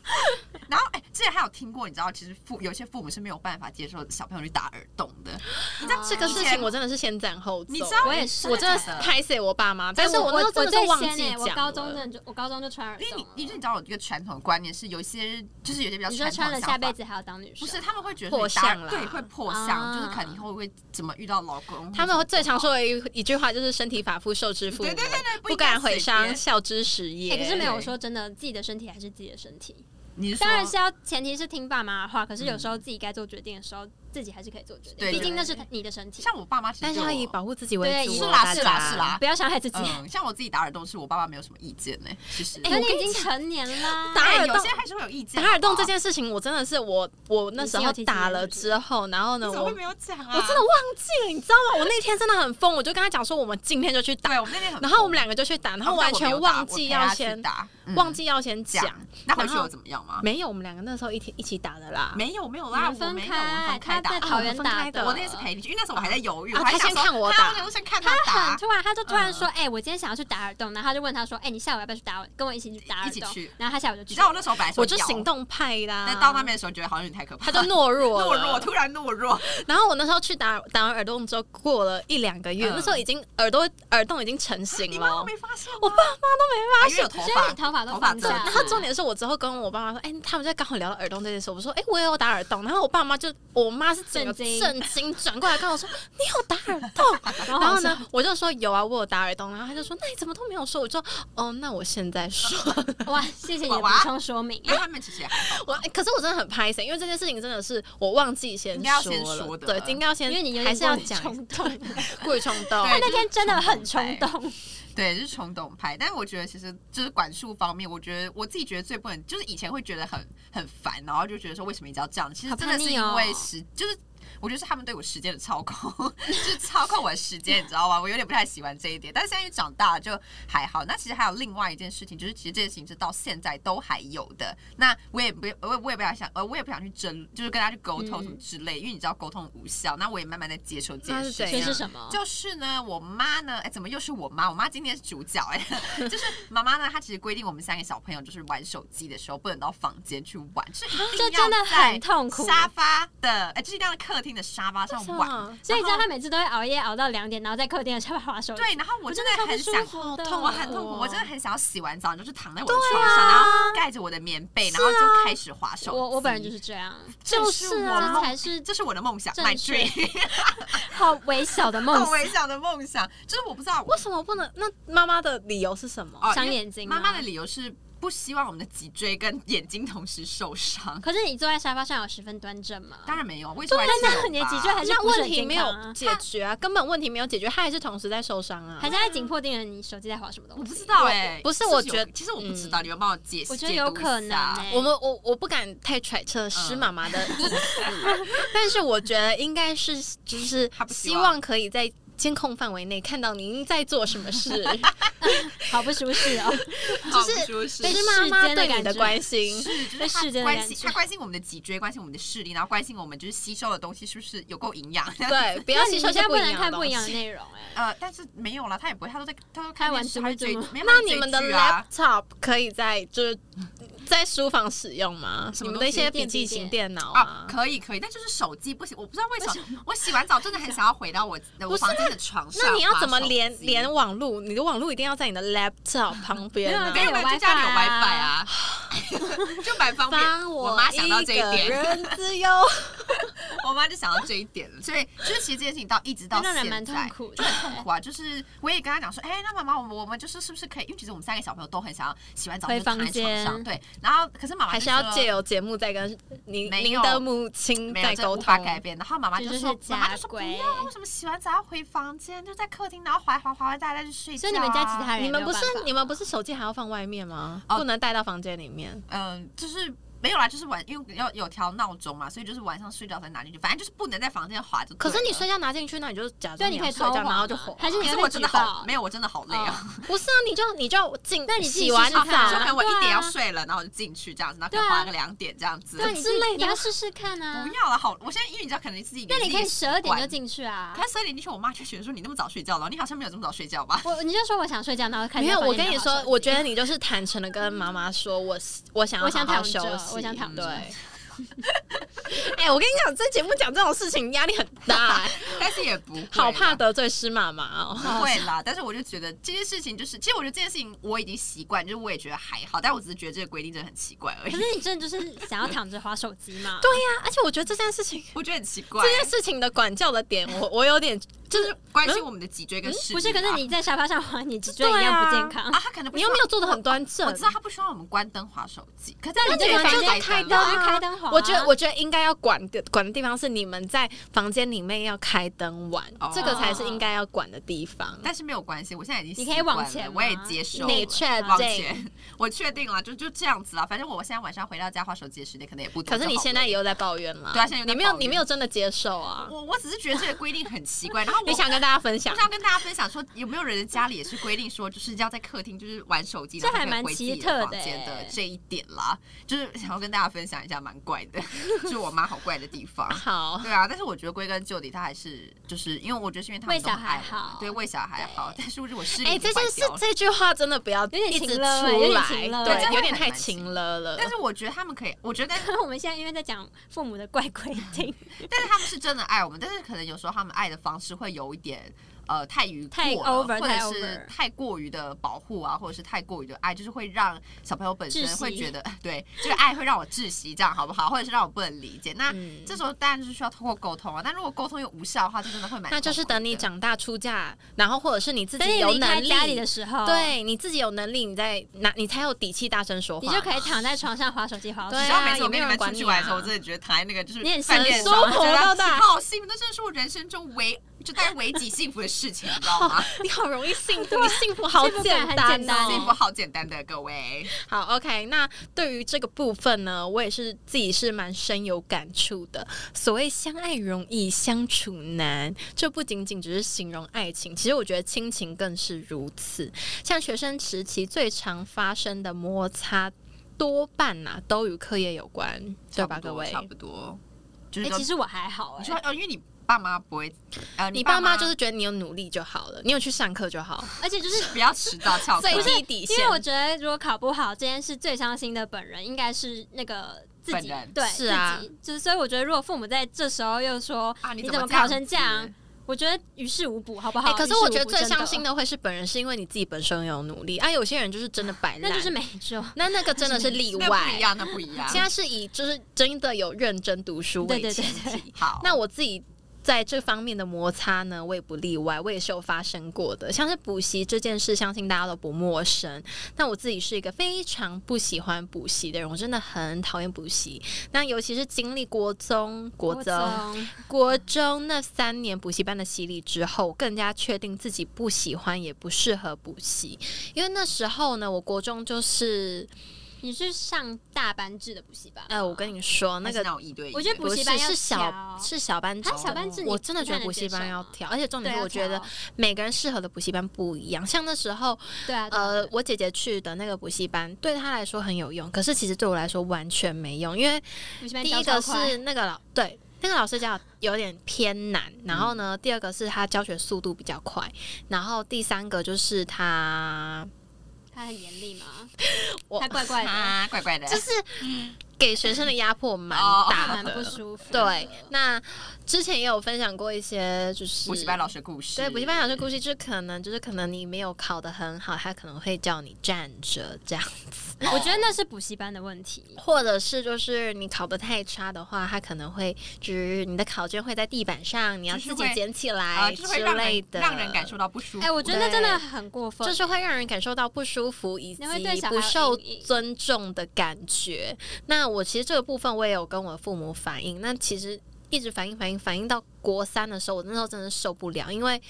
然后哎、之前还有听过，你知道，其实父有些父母是没有办法接受小朋友去打耳洞的。
你
知道
这个事
以前
情我真的是先斩后奏。
你知道
我也是
我真的是
假的
拍死我爸妈，
哎
但是
我
那时候
我
真的
最
是忘
先
记
欸
讲
我
了。
高中真的就我高中就穿耳
因为
洞
你
了，，
你就你知道有一个传统的观念是，有一些就是有些比较
你说
传
穿
统
了
的
下
想
辈
法，
子还有当女
不
生，
是他们会觉得
破
你打
相啦
对，会破相，
啊
就是可能以后会怎么遇到老公，
他们会最常说的一一句话就是“身体发肤受之父母
对对对对，
不
应该
敢毁
随
伤，
便。
孝之始也”。
哎，可是没有说真的，自己的身体还是自己的身体，
你是说
当然是要前提是听爸妈的话，可是有时候自己该做决定的时候，自己还是可以做决定，
对
毕竟那是
对
你的身体，
像我爸妈，其实
但是
对
要
我
以保护自己为
对
主
以
哦。
是啦
大
是啦
家
是啦
不要伤害自己。
嗯，像我自己打耳洞是我爸爸没有什么意见呢、其实。
哎，
我
可
跟
你已
你
经成年啦，
打
哎
耳洞
有些还是会有意见。哦
打耳洞
好不
这
好
件事情，我真的是我我那时候打了之后，然后呢，
你怎
我我
么会
真
没有讲啊？
的忘记了，你知道吗？我那天真的很疯，我就跟他讲说，我们今天就去打，
对，我 们那天很
然后我
疯
们两个就去打，然
哦
后
但
完
我没
全
有打
忘
我
记
陪
要
他去
先
打，嗯
忘记要先
讲
讲，。
那回去
然后嗯
有怎么样吗？
没有，我们两个那时候一起一起打的啦。
没有，没有
你
啦，
们
我
分
没有，我们
开
分
啊
开打。
他在
哦
桃园
分
打
开的
的，
我那天是陪你去，因为那时候我还在犹豫，
啊
我还
他
想
先
说
看我
他
打
我想先看他
他很
打，
突然，他就突然说：“哎、我今天想要去打耳洞。”然后他就问他说：“哎、你下午要不要去打耳？跟我一起去打耳
一起
洞
去？”
然后他下午就
你
去
知。道我那时候本来说
我就
要
行，动派啦。
但到那边的时候觉得好像有点太可怕，
他就懦弱
懦
了
弱，突然懦弱，
然后我那时候去打打完耳洞之后，过了一两个月，
嗯
那时候已经耳朵耳洞已经成型
你妈
了
妈。没发现吗？
我爸妈
都没发现，因为有头
所以
发
你，头发都
头发
放下
遮
来，
然后重点是我之后跟我爸妈说，哎、他们在刚好聊到耳洞这件事，我说，哎、我也有打耳洞。然后我爸妈就，我妈是整个
震惊
震惊，转过来跟我说，你有打耳洞？
然
然后
后
呢，我就说有啊，我有打耳洞。然后他就说，那你怎么都没有说？我就说，哦，那我现在说。
我说？哇，谢谢你的补
哇
充说 明。
因为他们其实也还好
我、哎可是我真的很拍心，因为这件事情真的是我忘记先
应该要
说
先
了，
说的
对，应该要先，
因为你有
还
点
是要
过于
讲
冲 动，
过于冲 动。
对
他那天真的很冲
就是
动，
对，就是冲动派。但是我觉得其实就是管束方面，我觉得我自己觉得最不能，就是以前会觉得很很烦，然后就觉得说为什么一定要这样？其实
好
真
叛
的是
逆
因
哦
为时，就是我觉得是他们对我时间的操控， 就是操控我的时间，你知道吗？我有点不太喜欢这一点。但是现在越长大了就还好。那其实还有另外一件事情，就是其实这件事情是到现在都还有的。那我也不，我也我也不想想，呃，我也不想去争，就是跟他去沟通什么
嗯
之类，因为你知道沟通无效。那我也慢慢在接受这件
那是
事情。啊
怎
所以
样
是什么？
就是呢，我妈呢，哎、怎么又是我妈？我妈今天是主角哎、 就是妈妈呢，她其实规定我们三个小朋友就是玩手机的时候不能到房间去玩，就是一
啊这
定
真的
要在
很痛苦。
沙发的，哎、就是一定要在客厅的沙发上玩。
哇
所以你知道他每次都会熬夜熬到两点，然后在客厅的沙发划手机。
对，然后我真的很想
我真的超不舒服的
痛，我啊很痛苦，
哦
我真的很想要洗完澡，然后就躺在我的
啊
床上，然后盖着我的棉被，然后就开始划手机。
我我本人就是这样，
这
就是是
我
啊
这
梦，
才是
这是我的梦想
正
，my
确
dream，
好微小的梦
好
想。
微小的梦想。就是我不知道我
为什么不能？那妈妈的理由是什么？
哦
伤
因为
眼睛
妈妈
吗
的理由是不希望我们的脊椎跟眼睛同时受 伤。
可是你坐在沙发上有十分端正吗？
当然没有，我也是外星
那
人
你的
吧
脊椎还是
那
骨
问
髓
题
健
没
康
有
啊
解决啊，根本问题没有解决，他还是同时在受伤啊。
还是在紧迫盯着你手机在划什么东西？
我不知道哎、
不是
是
我
有
觉得
其实我不知道，你们帮我解释。
我觉得有可能欸
我们我我不敢太揣
嗯
测施妈妈的意思， 但是我觉得应该是就是
她不希
希
望
望可以在监控范围内看到您在做什么 事，
好不舒适 哦。
就是
就是
施
被
妈妈
世间的
对你
感
的
觉
关心。
就
被
是他
世间的
关
感
心，
觉
他关心我们的脊椎，关心我们的视力，然后关心我们就是吸收的东西是不是有够营养。
对，不要吸收
那你
一些
现在不
一
能
样的
看不
东
一样的
西。
内容哎、
呃，但是没有啦，他也不会，他都在，他都
开
看
玩
电视，他会
什
追
么，
没有
那
他
你
追
们的
剧啊
laptop 可以在就是在书房使用吗？
什
你
么
们
东
的一
西
些笔
电
记
子
型
电
电脑
啊
啊，？
可以可以，但就是手机不行，我不知道为什么。我洗完澡真的很想要回到我我房间的床上。
那你要怎么
滑手
连
机
连网路？你的网路一定要在你的 laptop 旁边、
没有
啊。
没有没有，就家里有 WiFi 啊， 就蛮方便。
发
我妈想到这一
一个
点，
人自由，
我妈就想到这一点了，所以就是其实这件事情到一直到
让人
现
蛮痛
在。
苦欸
就
的。
很痛苦啊！就是我也跟她讲说，哎、那妈妈，我们我们就是是不是可以？因为其实我们三个小朋友都很想要洗完澡
回
就躺在
房
床
间
上，对。然后可是妈妈
还
就是说
要借由节目再跟您
没
您
有
的母亲
没有
再
这
沟
无法
通。
改变。然后 妈妈
这
就
就是
说，妈妈就
家
说不
规
要，啊为什么洗完澡要回房间，就在客厅，然后滑一滑滑完大家就睡觉、啊
所以你们家其他
你
人哎也没
们
有
不
办
是
法
你们不是手机还要放外面吗？
哦
不能带到房间里面。
嗯，就是没有啦，就是晚，因为要有调闹钟嘛，所以就是晚上睡觉才拿进去，反正就是不能在房间滑就对
可
了。
是你睡觉拿进去，那你就假
啊对啊
装
你可以
要睡觉，
偷
然后就
晃
火
嘛。还是你
可是
会
我
被
真的
举报
好没有，我真的好累哦。
不是啊，你就你就进，
那你自己
洗完
试试
澡
看啊
就可能我一点要
对啊
睡了，然后我就进去这样子，然后可
对
能
啊
滑个两点这样子。
对，你
之
自己
类的
你要试试看啊
不。要了，好，我现在因为你知道，可能自己
那你可以十二点就
进。
进去啊
可。是十二点进去，我妈就觉得说你那么早睡觉了，你好像没有这么早睡觉吧？
我你就说我想睡觉，然后看
没
一下
有，
房
我跟
间
你
有没有
说
手，机
我觉得你就是坦诚的跟妈妈说，我我想要
我想
好好
躺
休
着
息，
我想躺
对
着。
哎、我跟你讲，这节目讲这种事情压力很大、 哎
但是也不会啦
好怕得罪施妈妈哦。
不会啦，但是我就觉得这件事情就是，其实我觉得这件事情我已经习惯，就是我也觉得还好，但我只是觉得这个规定真的很奇怪而 已
可。是你真的就是想要躺着划手机嘛？
对呀、而且我觉得这件事情，
我觉得很奇怪
这，件事情的管教的点，我我有点就是
关心我们的脊椎跟视力啊、
嗯不是，可是你在沙发上滑，你脊椎
对
一样不
啊
健康。
啊，他可能 不
你又没有
希
做的很端
望
正
我。知道他不希望我们关灯划手机，可是
那你
这
这
个
个
房
房
间开
间开
灯
灯
了
啊
啊，开灯滑啊。
我觉得，我觉得应该要管的管的地方是你们在房间里面要开灯玩
哦
这个才是应该要管的地方。
但是没有关系，我现在已经
你可以
习惯
往
了
前
我也
吗
接受了。
你确
往
定？
前，我确定了，就就这样子啦。反正我现在晚上回到家划手机的时间可能也不多。
可是你现在也
有
有在抱怨了，
对啊现在有在
你没有
抱怨
你没有真的接受啊？
我，我只是觉得这个规定很奇怪。然后我
你想跟大家分享
我？想跟大家分享说，有没有人家里也是规定说，就是要在客厅就是玩手机，
这
然后
还
可以
蛮
回自己
奇
的
特
房
的
间的
欸
这一点啦，就是想要跟大家分享一下，蛮怪的，就是我妈好怪的地方。
好，
对啊，但是我觉得归根究底，她还是就是因为我觉得是因为他们
为
都很
小孩
爱我们
好
对，为小孩好，但是我觉得我视力
哎、
已经
这件
坏
事
掉了
这句话真的不要有
点
一直
情
出
勒
来，
欸有点情勒
对
对，有
真
点
的
太
很
情勒了。
但是我觉得他们可以，我觉得，
我们现在因为在讲父母的 怪规定，
但是他们是真的爱我们，但是可能有时候他们爱的方式会有一点呃太于过
太
了
over，
或
太
者是
over
太过于的保护啊，或者是太过于的爱，就是会让小朋友本身
窒息
会觉得 对这个爱会让我窒息，这样好不好？或者是让我不能理解。那、
嗯
这时候当然就是需要通过沟通啊，但如果沟通又无效的话，就真的会蛮
那就是等你
痛苦的
长大出嫁，然后或者是你自
等你
己有
离
能
开
力
家里的时候，，
对你自己有能力，你再拿你才有底气大声说
你
话，
就可以躺在床上划手机划到
对
你
睡
知
着。
道
啊
每次
也
我
没
跟
有人
你们出
管
去
你
玩的时候，
啊
我真的觉得躺在那个就是
你很
饭店
神
的时候我
速
觉
活
得
到大
好幸福，那真的是我人生中唯就大概唯几幸福的事情，你知道 吗？
你好容易幸 福，你幸福好
幸福
简
感很
单
简单
哦
幸福好简单的，各位。
好，OK。那对于这个部分呢，我也是自己是蛮深有感触的。所谓相爱容易相处难，这不仅仅只是形容爱情，其实我觉得亲情更是如此。像学生时期最常发生的摩擦，多半呐、都与课业有关，对吧，
差不多
各位
差？不多，就
哎、
是跟
其实我还好
你
哎、
说哦，因为你爸妈不会，呃，
你爸
爸
妈就是觉得你有努力就好了，你有去上课就好，
而且就是
不要迟到翘课
最，低底
哦因
线
为。我觉得如果考不好这件事，最伤心的本人应该是那个自
本
己
人，
对，
是啊
自己，就是所以我觉得如果父母在这时候又说
啊，你
你
怎
怎
么
么
这样
考成这样
子？
我觉得于事无补，好不
哎、
好？
可是
于事
我
无
觉得
补
最
真的
伤心的会是本人，是因为你自己本身有努力啊。有些人就是真的摆烂，
那就是没救。
那那个真的是例
那不一
外。
样，啊那不一样。
现在是以就是真的有认真读书为
对对
前
对
提。
对，
好，
那我自己在这方面的摩擦呢，我也不例外，我也是有发生过的。像是补习这件事，相信大家都不陌生。那我自己是一个非常不喜欢补习的人，我真的很讨厌补习。那尤其是经历国中、国中、
中
国中那三年补习班的洗礼之后，更加确定自己不喜欢也不适合补习，因为那时候呢，我国中就是。
你是上大班制的补习班吗？
哎，我跟你说，那
还是
个
那种一对一的，
我觉得
不
补
是
习班要
是小
挑
是小班制
啊，小班制你
我真的
不
觉得
太
补
能
习
接
班
受
要
吗
挑，而且重
对
点是
啊
我觉得
挑
每个人适合的补习班不一样。像那时候，
对啊，对啊
呃，我姐姐去的那个补习班对她来说很有用，可是其实对我来说完全没用，因为
补习班
第
教
一个
超快
是那个老对。那个老师教有点偏难，然
嗯
后呢，第二个是他教学速度比较快，然后第三个就是他
他很严厉吗？
我
他怪怪的，哦
啊，怪怪的，
就是给学生的压迫蛮大
蛮
的
不。舒服。
对，那之前也有分享过一些，就是
补习班老师的故事，
对，补习班老师故事就是可能就是可能你没有考得很好，他可能会叫你站着这样，
我觉得那是补习班的问题。
或者是就是你考得太差的话，他可能会就是你的考卷会在地板上，你要
就
自
是会
己捡起
啊，
来
就
之
是会让
类
人
的，
让人感受到不舒服。
哎、我觉得那真的很过分。
就是会让人感受到不舒服以及
你会对小孩
不
有
受
阴影
尊重的感觉。那我其实这个部分我也有跟我父母反映，那其实一直反映反映反映到国三的时候，我那时候真的受不了，因为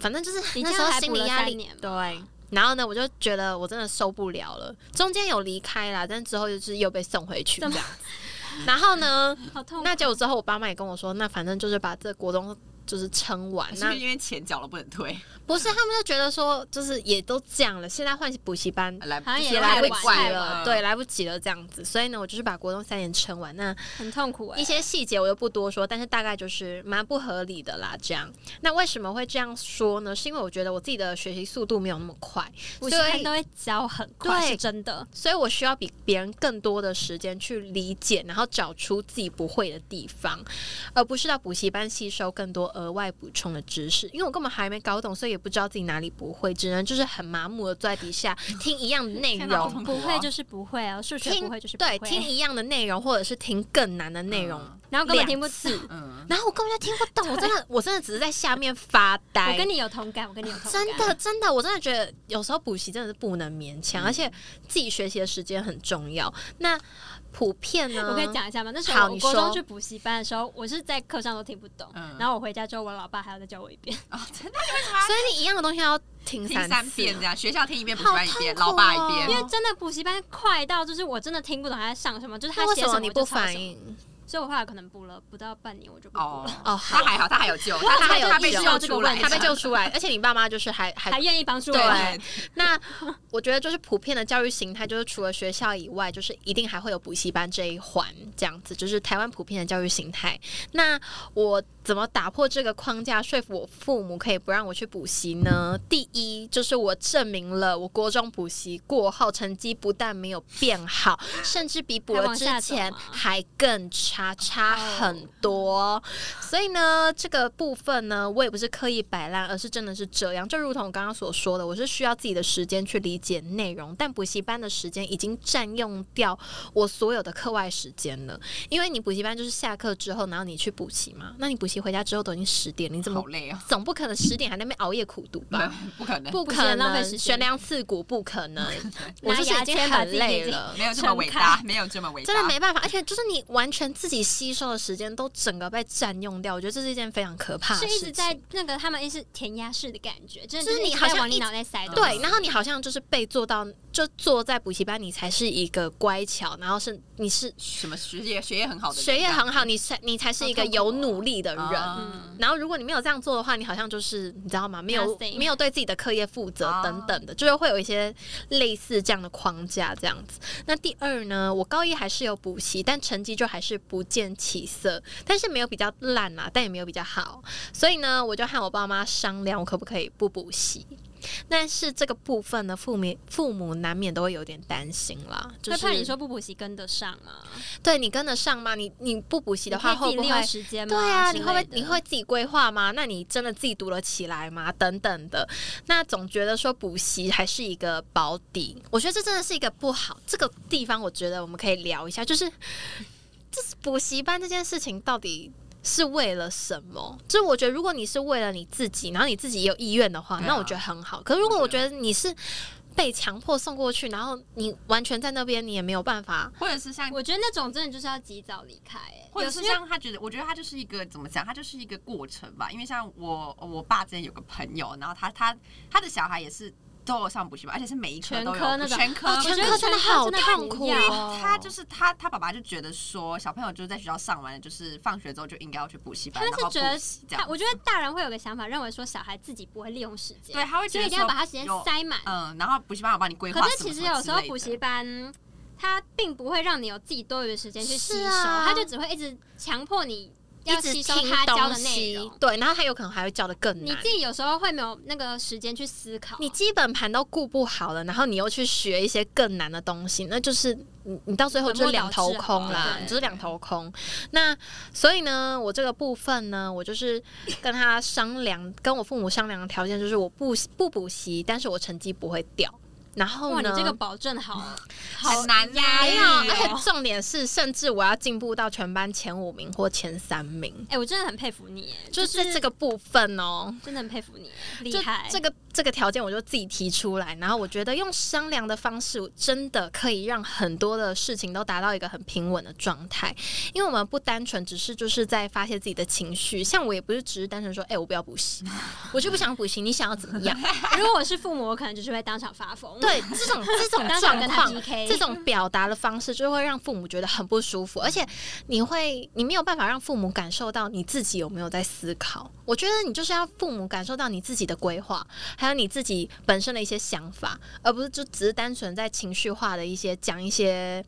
反正就是
你
那
这
时
样
候
还
心
补
理
了
压
三
力
年吗
对。然后呢，我就觉得我真的受不了了。中间有离开啦，但之后就是又被送回去这
怎么
样。 然后呢，
好痛苦。
那结果之后，我爸妈也跟我说，那反正就是把这个国中就是撑
啊
完。
还是
那
不是因为钱缴了不能退，
不是，他们就觉得说，就是也都这样了，现在换补习班
来
好像也
也
来
来
不
不
及
及
太晚
了，嗯
嗯
对，，来不及了这样子。所以呢，我就是把国中三年撑完。那
很痛苦哎、
一些细节我就不多说，但是大概就是蛮不合理的啦。这样，那为什么会这样说呢？是因为我觉得我自己的学习速度没有那么快，
补
所
习班
以
都会教很快，
对
是真的。
所以我需要比别人更多的时间去理解，然后找出自己不会的地方，而不是到补习班吸收更多额外补充的知识。因为我根本还没搞懂，所以也不知道自己哪里不会，只能就是很麻木的坐在底下听一样的内
天哪好
容
痛。苦
不
啊
会就是不会啊，数学
听
不会就是不
对
会，
听一样的内容，或者是听更难的内容，
嗯
然后根本听不
两次
懂。
嗯，
然后我根本就听不懂，我真的我真的只是在下面发呆。
我跟你有同感，我跟你有同感。
啊真的，真的，我真的觉得有时候补习真的是不能勉强，而且自己学习的时间很重要。那普遍呢？
我可以讲一下吗？那时
嗯好
候我
你
国
说
中去补习班的时候，我是在课上都听不懂，
嗯
然后我回家之后，我老爸还要再教我一遍。
哦 所以你一样的东西要听
听
三
三
次
遍这样，学校听一遍，补习班一遍，
好痛
老
苦哦
爸一
因
遍
为。
真的补习班快到，就是我真的听不懂他在上什么，就是他
那为
写
什么
么
你
我
不
就抄
反
什么。
应？
所以我后来可能补了不到半年，我就不补
哦
了，
哦，
他
好，
还好，他还有救，他
他还有
他被
意识
救
到
这个
出来
问，题
他被救出来，而且你爸妈就是还 还
还愿意帮助我。
对， 那我觉得就是普遍的教育形态，就是除了学校以外，就是一定还会有补习班这一环，这样子就是台湾普遍的教育形态。那我怎么打破这个框架，说服我父母可以不让我去补习呢？第一，就是我证明了我国中补习过后，成绩不但没有变好，甚至比补
还
了
往
之
下走
前
吗
还更差，差很多。所以呢，这个部分呢，我也不是刻意摆烂，而是真的是这样。就如同我刚刚所说的，我是需要自己的时间去理解内容，但补习班的时间已经占用掉我所有的课外时间了。因为你补习班就是下课之后，然后你去补习嘛，那你补习回家之后都已经十点，你怎么
好累哦，
总不可能十点还在那边熬夜苦读吧？
不可能，
不
不
可
行浪费
能，
时
啊
间
悬梁刺股不可能。我
拿
就是
牙
已经
签把
很
自己
累
眼睛
了，
没有这么伟
撑
大，
开
没有这么伟大，
真的没办法，而且就是你完全自己吸收的时间都整个被占用掉，我觉得这是一件非常可怕的
是
事情。
一直在那个他们一是填鸭式的感觉，真的
就是
是
你
一直
好
在
像
往
一
你
直
脑袋塞东西。
对，然后你好像就是被做到，就坐在补习班，你才是一个乖巧，然后是你是
什么学业学业很好的人，啊
学业很好，啊你才你才是一个有努力的
这
人
样。
嗯
然后，如果你没有这样做的话，你好像就是你知道吗？没有
Nothing
没有对自己的课业负责
哦
等等的，就是会有一些类似这样的框架这样子。那第二呢，我高一还是有补习，但成绩就还是不见起色，但是没有比较烂啦，但也没有比较好。所以呢，我就和我爸妈商量，我可不可以不补习。但是这个部分呢，父母父母难免都会有点担心啦，就是
会怕你说不补习跟得上吗？
对你跟得上吗？你你不补习
你
的话，
可以
会
自己
不
利
会
用时间吗？
对啊，
之
你会不会
类的
你会自己规划吗？那你真的自己读了起来吗？等等的，那总觉得说补习还是一个保底，我觉得这真的是一个不好。这个地方我觉得我们可以聊一下，就是就是补习班这件事情到底。是为了什么？就是我觉得，如果你是为了你自己，然后你自己也有意愿的话，
对啊
那我觉得很
嗯
好。可是如果
我
我
觉
觉得你是被强迫送过去，然后你完全在那边，你也没有办法。
或者是像。
我觉得那种真的就是要及早离开、欸，
或者是
有时候
像他觉得，我觉得他就是一个怎么讲，他就是一个过程吧。因为像我，我爸之前有个朋友，然后他他他的小孩也是都有上补习班，而且是每一科
全
都有
科那种
全科
哦
啊我觉得
全科真的好痛苦
全科真的不要
哦
他就是他，他爸爸就觉得说，小朋友就是在学校上完了，就是放学之后就应该要去补习班，
他
然
们
后
是觉得
补习这
他，
样。
我觉得大人会有个想法，认为说小孩自己不会利用时间，
对，，他会觉
所
得
以一定要
说
把他时间
有
塞满。
嗯，然后补习班有帮你规划
可
什么
是
什么
其
之
实
类的。
有时候补习班。它并不会让你有自己多余的时间去吸
是
收，
啊
它就只会一直强迫你
一
要
直
吸
听
收他教
东
的内
西
容，，
对，然后他有可能还会教的更
你
难
自。己有时候会没有那个时间去思考。
你基本盘都顾不好了，然后你又去学一些更难的东西，那就是你你到最后就两头空啦，
本末倒置啊
你就是两头空。那所以呢，我这个部分呢，我就是跟他商量，跟我父母商量的条件就是我不不补习，但是我成绩不会掉。然后
哇，你
呢，哎
这个保证好
很难
压
没
力
有，
哦
而且重点是，甚至我要进步到全班前五名或前三名，
哎、我真的很佩服你耶，
就是是这个部分哦。
真的很佩服你耶，厉
就
害。
这个这个条件，我就自己提出来，然后我觉得用商量的方式，真的可以让很多的事情都达到一个很平稳的状态。因为我们不单纯只是就是在发泄自己的情绪，像我也不是只是单纯说，哎、我不要补习，我就不想补习，你想要怎么样？
如果我是父母，我可能就是会当场发疯。，
对，这种这 种
当场
状
跟他
况
PK，
这种表达的方式就会让父母觉得很不舒服，而且你会你没有办法让父母感受到你自己有没有在思考。我觉得你就是要父母感受到你自己的规划，还有你自己本身的一些想法，而不是就只是单纯在情绪化的一些讲一些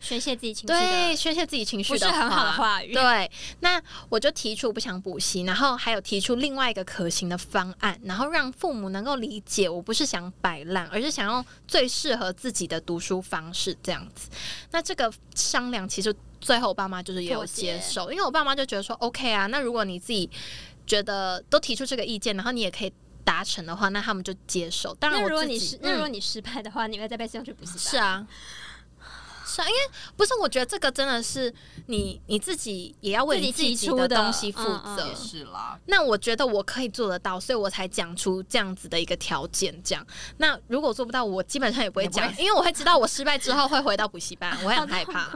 宣泄自己情绪的
对宣泄自己情
不
绪
是
的
很好的话语。
对，那我就提出不想补习，然后还有提出另外一个可行的方案，然后让父母能够理解，我不是想摆烂，而是想用最适合自己的读书方式这样子。那这个商量其实最后我爸妈就是也有
妥协
接受，因为我爸妈就觉得说 OK 啊，那如果你自己觉得都提出这个意见，然后你也可以达成的话，那他们就接受。当然
那
我
如果
自
你
己
失，那如
嗯
果你失败的话，你会再被送去补习班。
是啊，是啊，因为不是，我觉得这个真的是你你自己也要为
自
你
己
自
提
己
出
的
的
东西负
嗯嗯
责。
也是啦，
那我觉得我可以做得到，所以我才讲出这样子的一个条件。这样，那如果做不到，我基本上也不会
也不
讲
会，
因为我会知道我失败之后会回到补习班， 我会很害怕。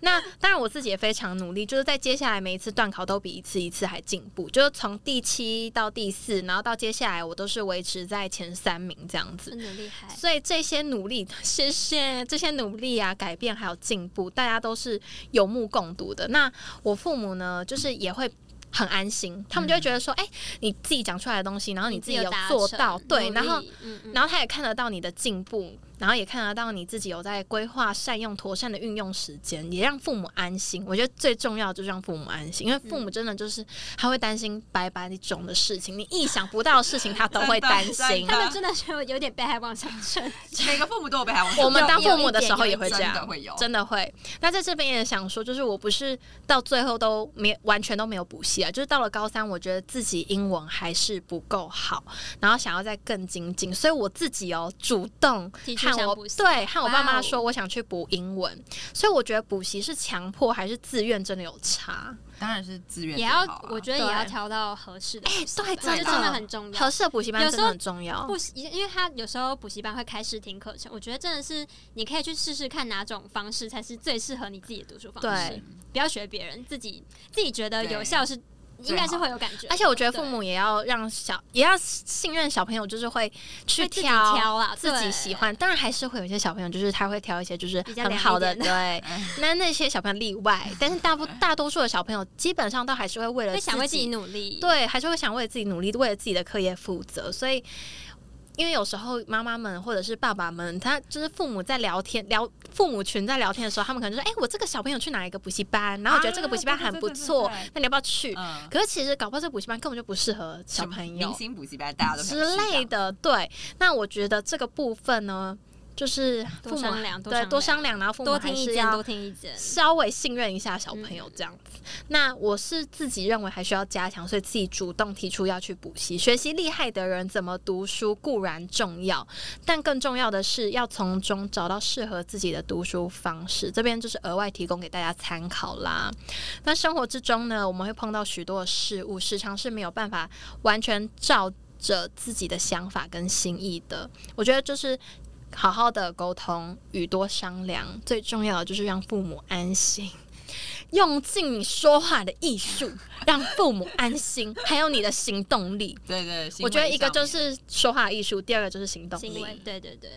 那当然，我自己也非常努力，就是在接下来每一次段考都比一次一次还进步，就是从第七到第四，然后到接下来我都是维持在前三名这样子。
真的厉害。
所以这些努力，谢谢这些努力啊，改变还有进步，大家都是有目共睹的。那我父母呢，就是也会。很安心，他们就会觉得说：“哎、你自己讲出来的东西，然后你自己有
达
做
成
到，对，
努
然后
力，嗯嗯
然后他也看得到你的进步，然后也看得到你自己有在规划、善用、妥善的运用时间，也让父母安心。我觉得最重要就是让父母安心，因为父母真的就是他会担心白白一种的事情，你意想不到的事情他都会
真的
担
真
心
的。
他们真的是有点被害妄想 症。
每个父母都有被害 妄想症
我们当
有
父
一
母的
点
时候也
有一
会这
真
样
的，会有，
真的会。那在这边也想说，就是我不是到最后都没完全都没有补习啊，就是到了高三，我觉得自己英文还是不够好，然后想要再更精进，所以我自己哦主动
提出
和
想
我
补习
对和我爸
哇
妈
哦
说我想去补英文，所以我觉得补习是强迫还是自愿真的有差，
当然是资源
也要
最好啊，
我觉得也要
对哎
挑到合适的补习班，
对真
这
的
真的很重要
合。适的补习班
嗯有
真
时
的
候
很重要。
不，因为他有时候补习班会开试听课程，我觉得真的是你可以去试试看哪种方式才是最适合你自己的读书方式
对，
不要学别人，自己自己觉得有
对
效是应该是会有感觉的，
而且我觉得父
对
母也要让小，也要信任小朋友，就是会去
会自己
挑
挑啊
自己
对
喜欢。当然还是会有一些小朋友，就是他会挑一些就是
比较
很
凉
好
一
的，
点嗯
对。 那那些小朋友例外，但是大部大多数的小朋友基本上都还是会为了
会
自
想为自己
己，
努力，
对，还是会想为自己努力，为了自己的课业负责，所以。因为有时候妈妈们或者是爸爸们，他就是父母在聊天聊父母群在聊天的时候，他们可能就说：“哎、我这个小朋友去哪一个补习班？然后我觉得这个补习班
啊对
很
对
不
对对
错
对，
那你要不要去？”
嗯，
可是其实搞不好这补习班根本就不适合小
什么
朋
明
友
星补习班大家都可以
之
去这
类
样，
的。对，那我觉得这个部分呢，就是父
多
母
商量多
对
商
多
量
商量，然后父母
多听
还
意
是
见，
要
多听意见，
稍微信任一下小朋友这样子。那我是自己认为还需要加强，所以自己主动提出要去补习。学习厉害的人怎么读书固然重要，但更重要的是要从中找到适合自己的读书方式。这边就是额外提供给大家参考啦。那生活之中呢，我们会碰到许多的事物，时常是没有办法完全照着自己的想法跟心意的。我觉得就是好好的沟通，与多商量，最重要的就是让父母安心。用尽你说话的艺术， 让父母安心，还有你的行动力。
对对，行
我觉得
为
一个
上
就
面
是说话艺术，第二个就是行动
行
力
为，，对对对，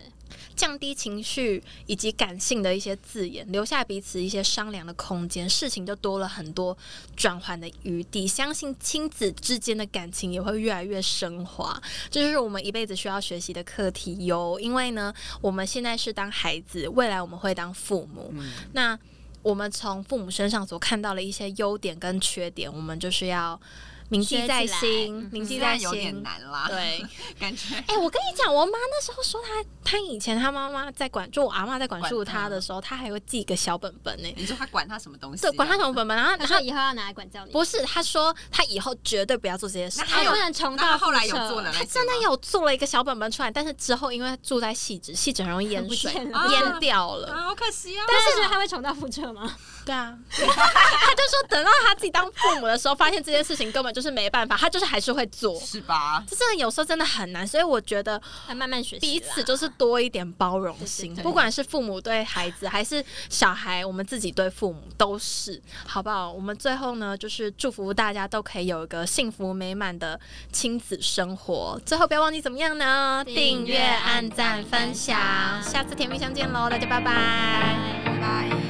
降低情绪以及感性的一些字眼，留下彼此一些商量的空间，事情就多了很多转换的余地。相信亲子之间的感情也会越来越升华，这就是我们一辈子需要学习的课题哦哟。因为呢，我们现在是当孩子，未来我们会当父母，
嗯
那。我们从父母身上所看到的一些优点跟缺点，我们就是要铭记
学
在
起来
心
嗯，
铭记
虽
在
然有点
心。
难啦，
对，
感觉
哎、我跟你讲，我妈那时候说她，她以前她妈妈在管，就我阿妈在管束
管她
她的时候，她还会记一个小本本呢、
你说他管他什么东西啊？
对，管她什么本本，然后
然后以后要拿来管教你，
不是，她说她以后绝对不要做这些事哎
那。
还
还有
不能重
啊那
蹈
他后来
覆
有
辙
做了，
她真的有做了一个小本本出来，但是之后因为住在细致，细致很容易淹
不
水，
见
了
淹掉了。
啊，好可惜啊！
但是觉得他会重蹈覆辙吗？
对啊，他就说等到他自己当父母的时候，发现这件事情根本就是没办法，他就是还是会做。
是吧？
这真的有时候真的很难，所以我觉得
要慢慢学习
彼
啦，
此就是多一点包容心，
对对对
不管是父母对孩子，还是小孩，我们自己对父母都是，好不好？我们最后呢，就是祝福大家都可以有一个幸福美满的亲子生活。最后不要忘记怎么样呢？
订阅
订阅、按赞、分享，下次甜蜜相见喽，大家拜拜
拜。
拜拜。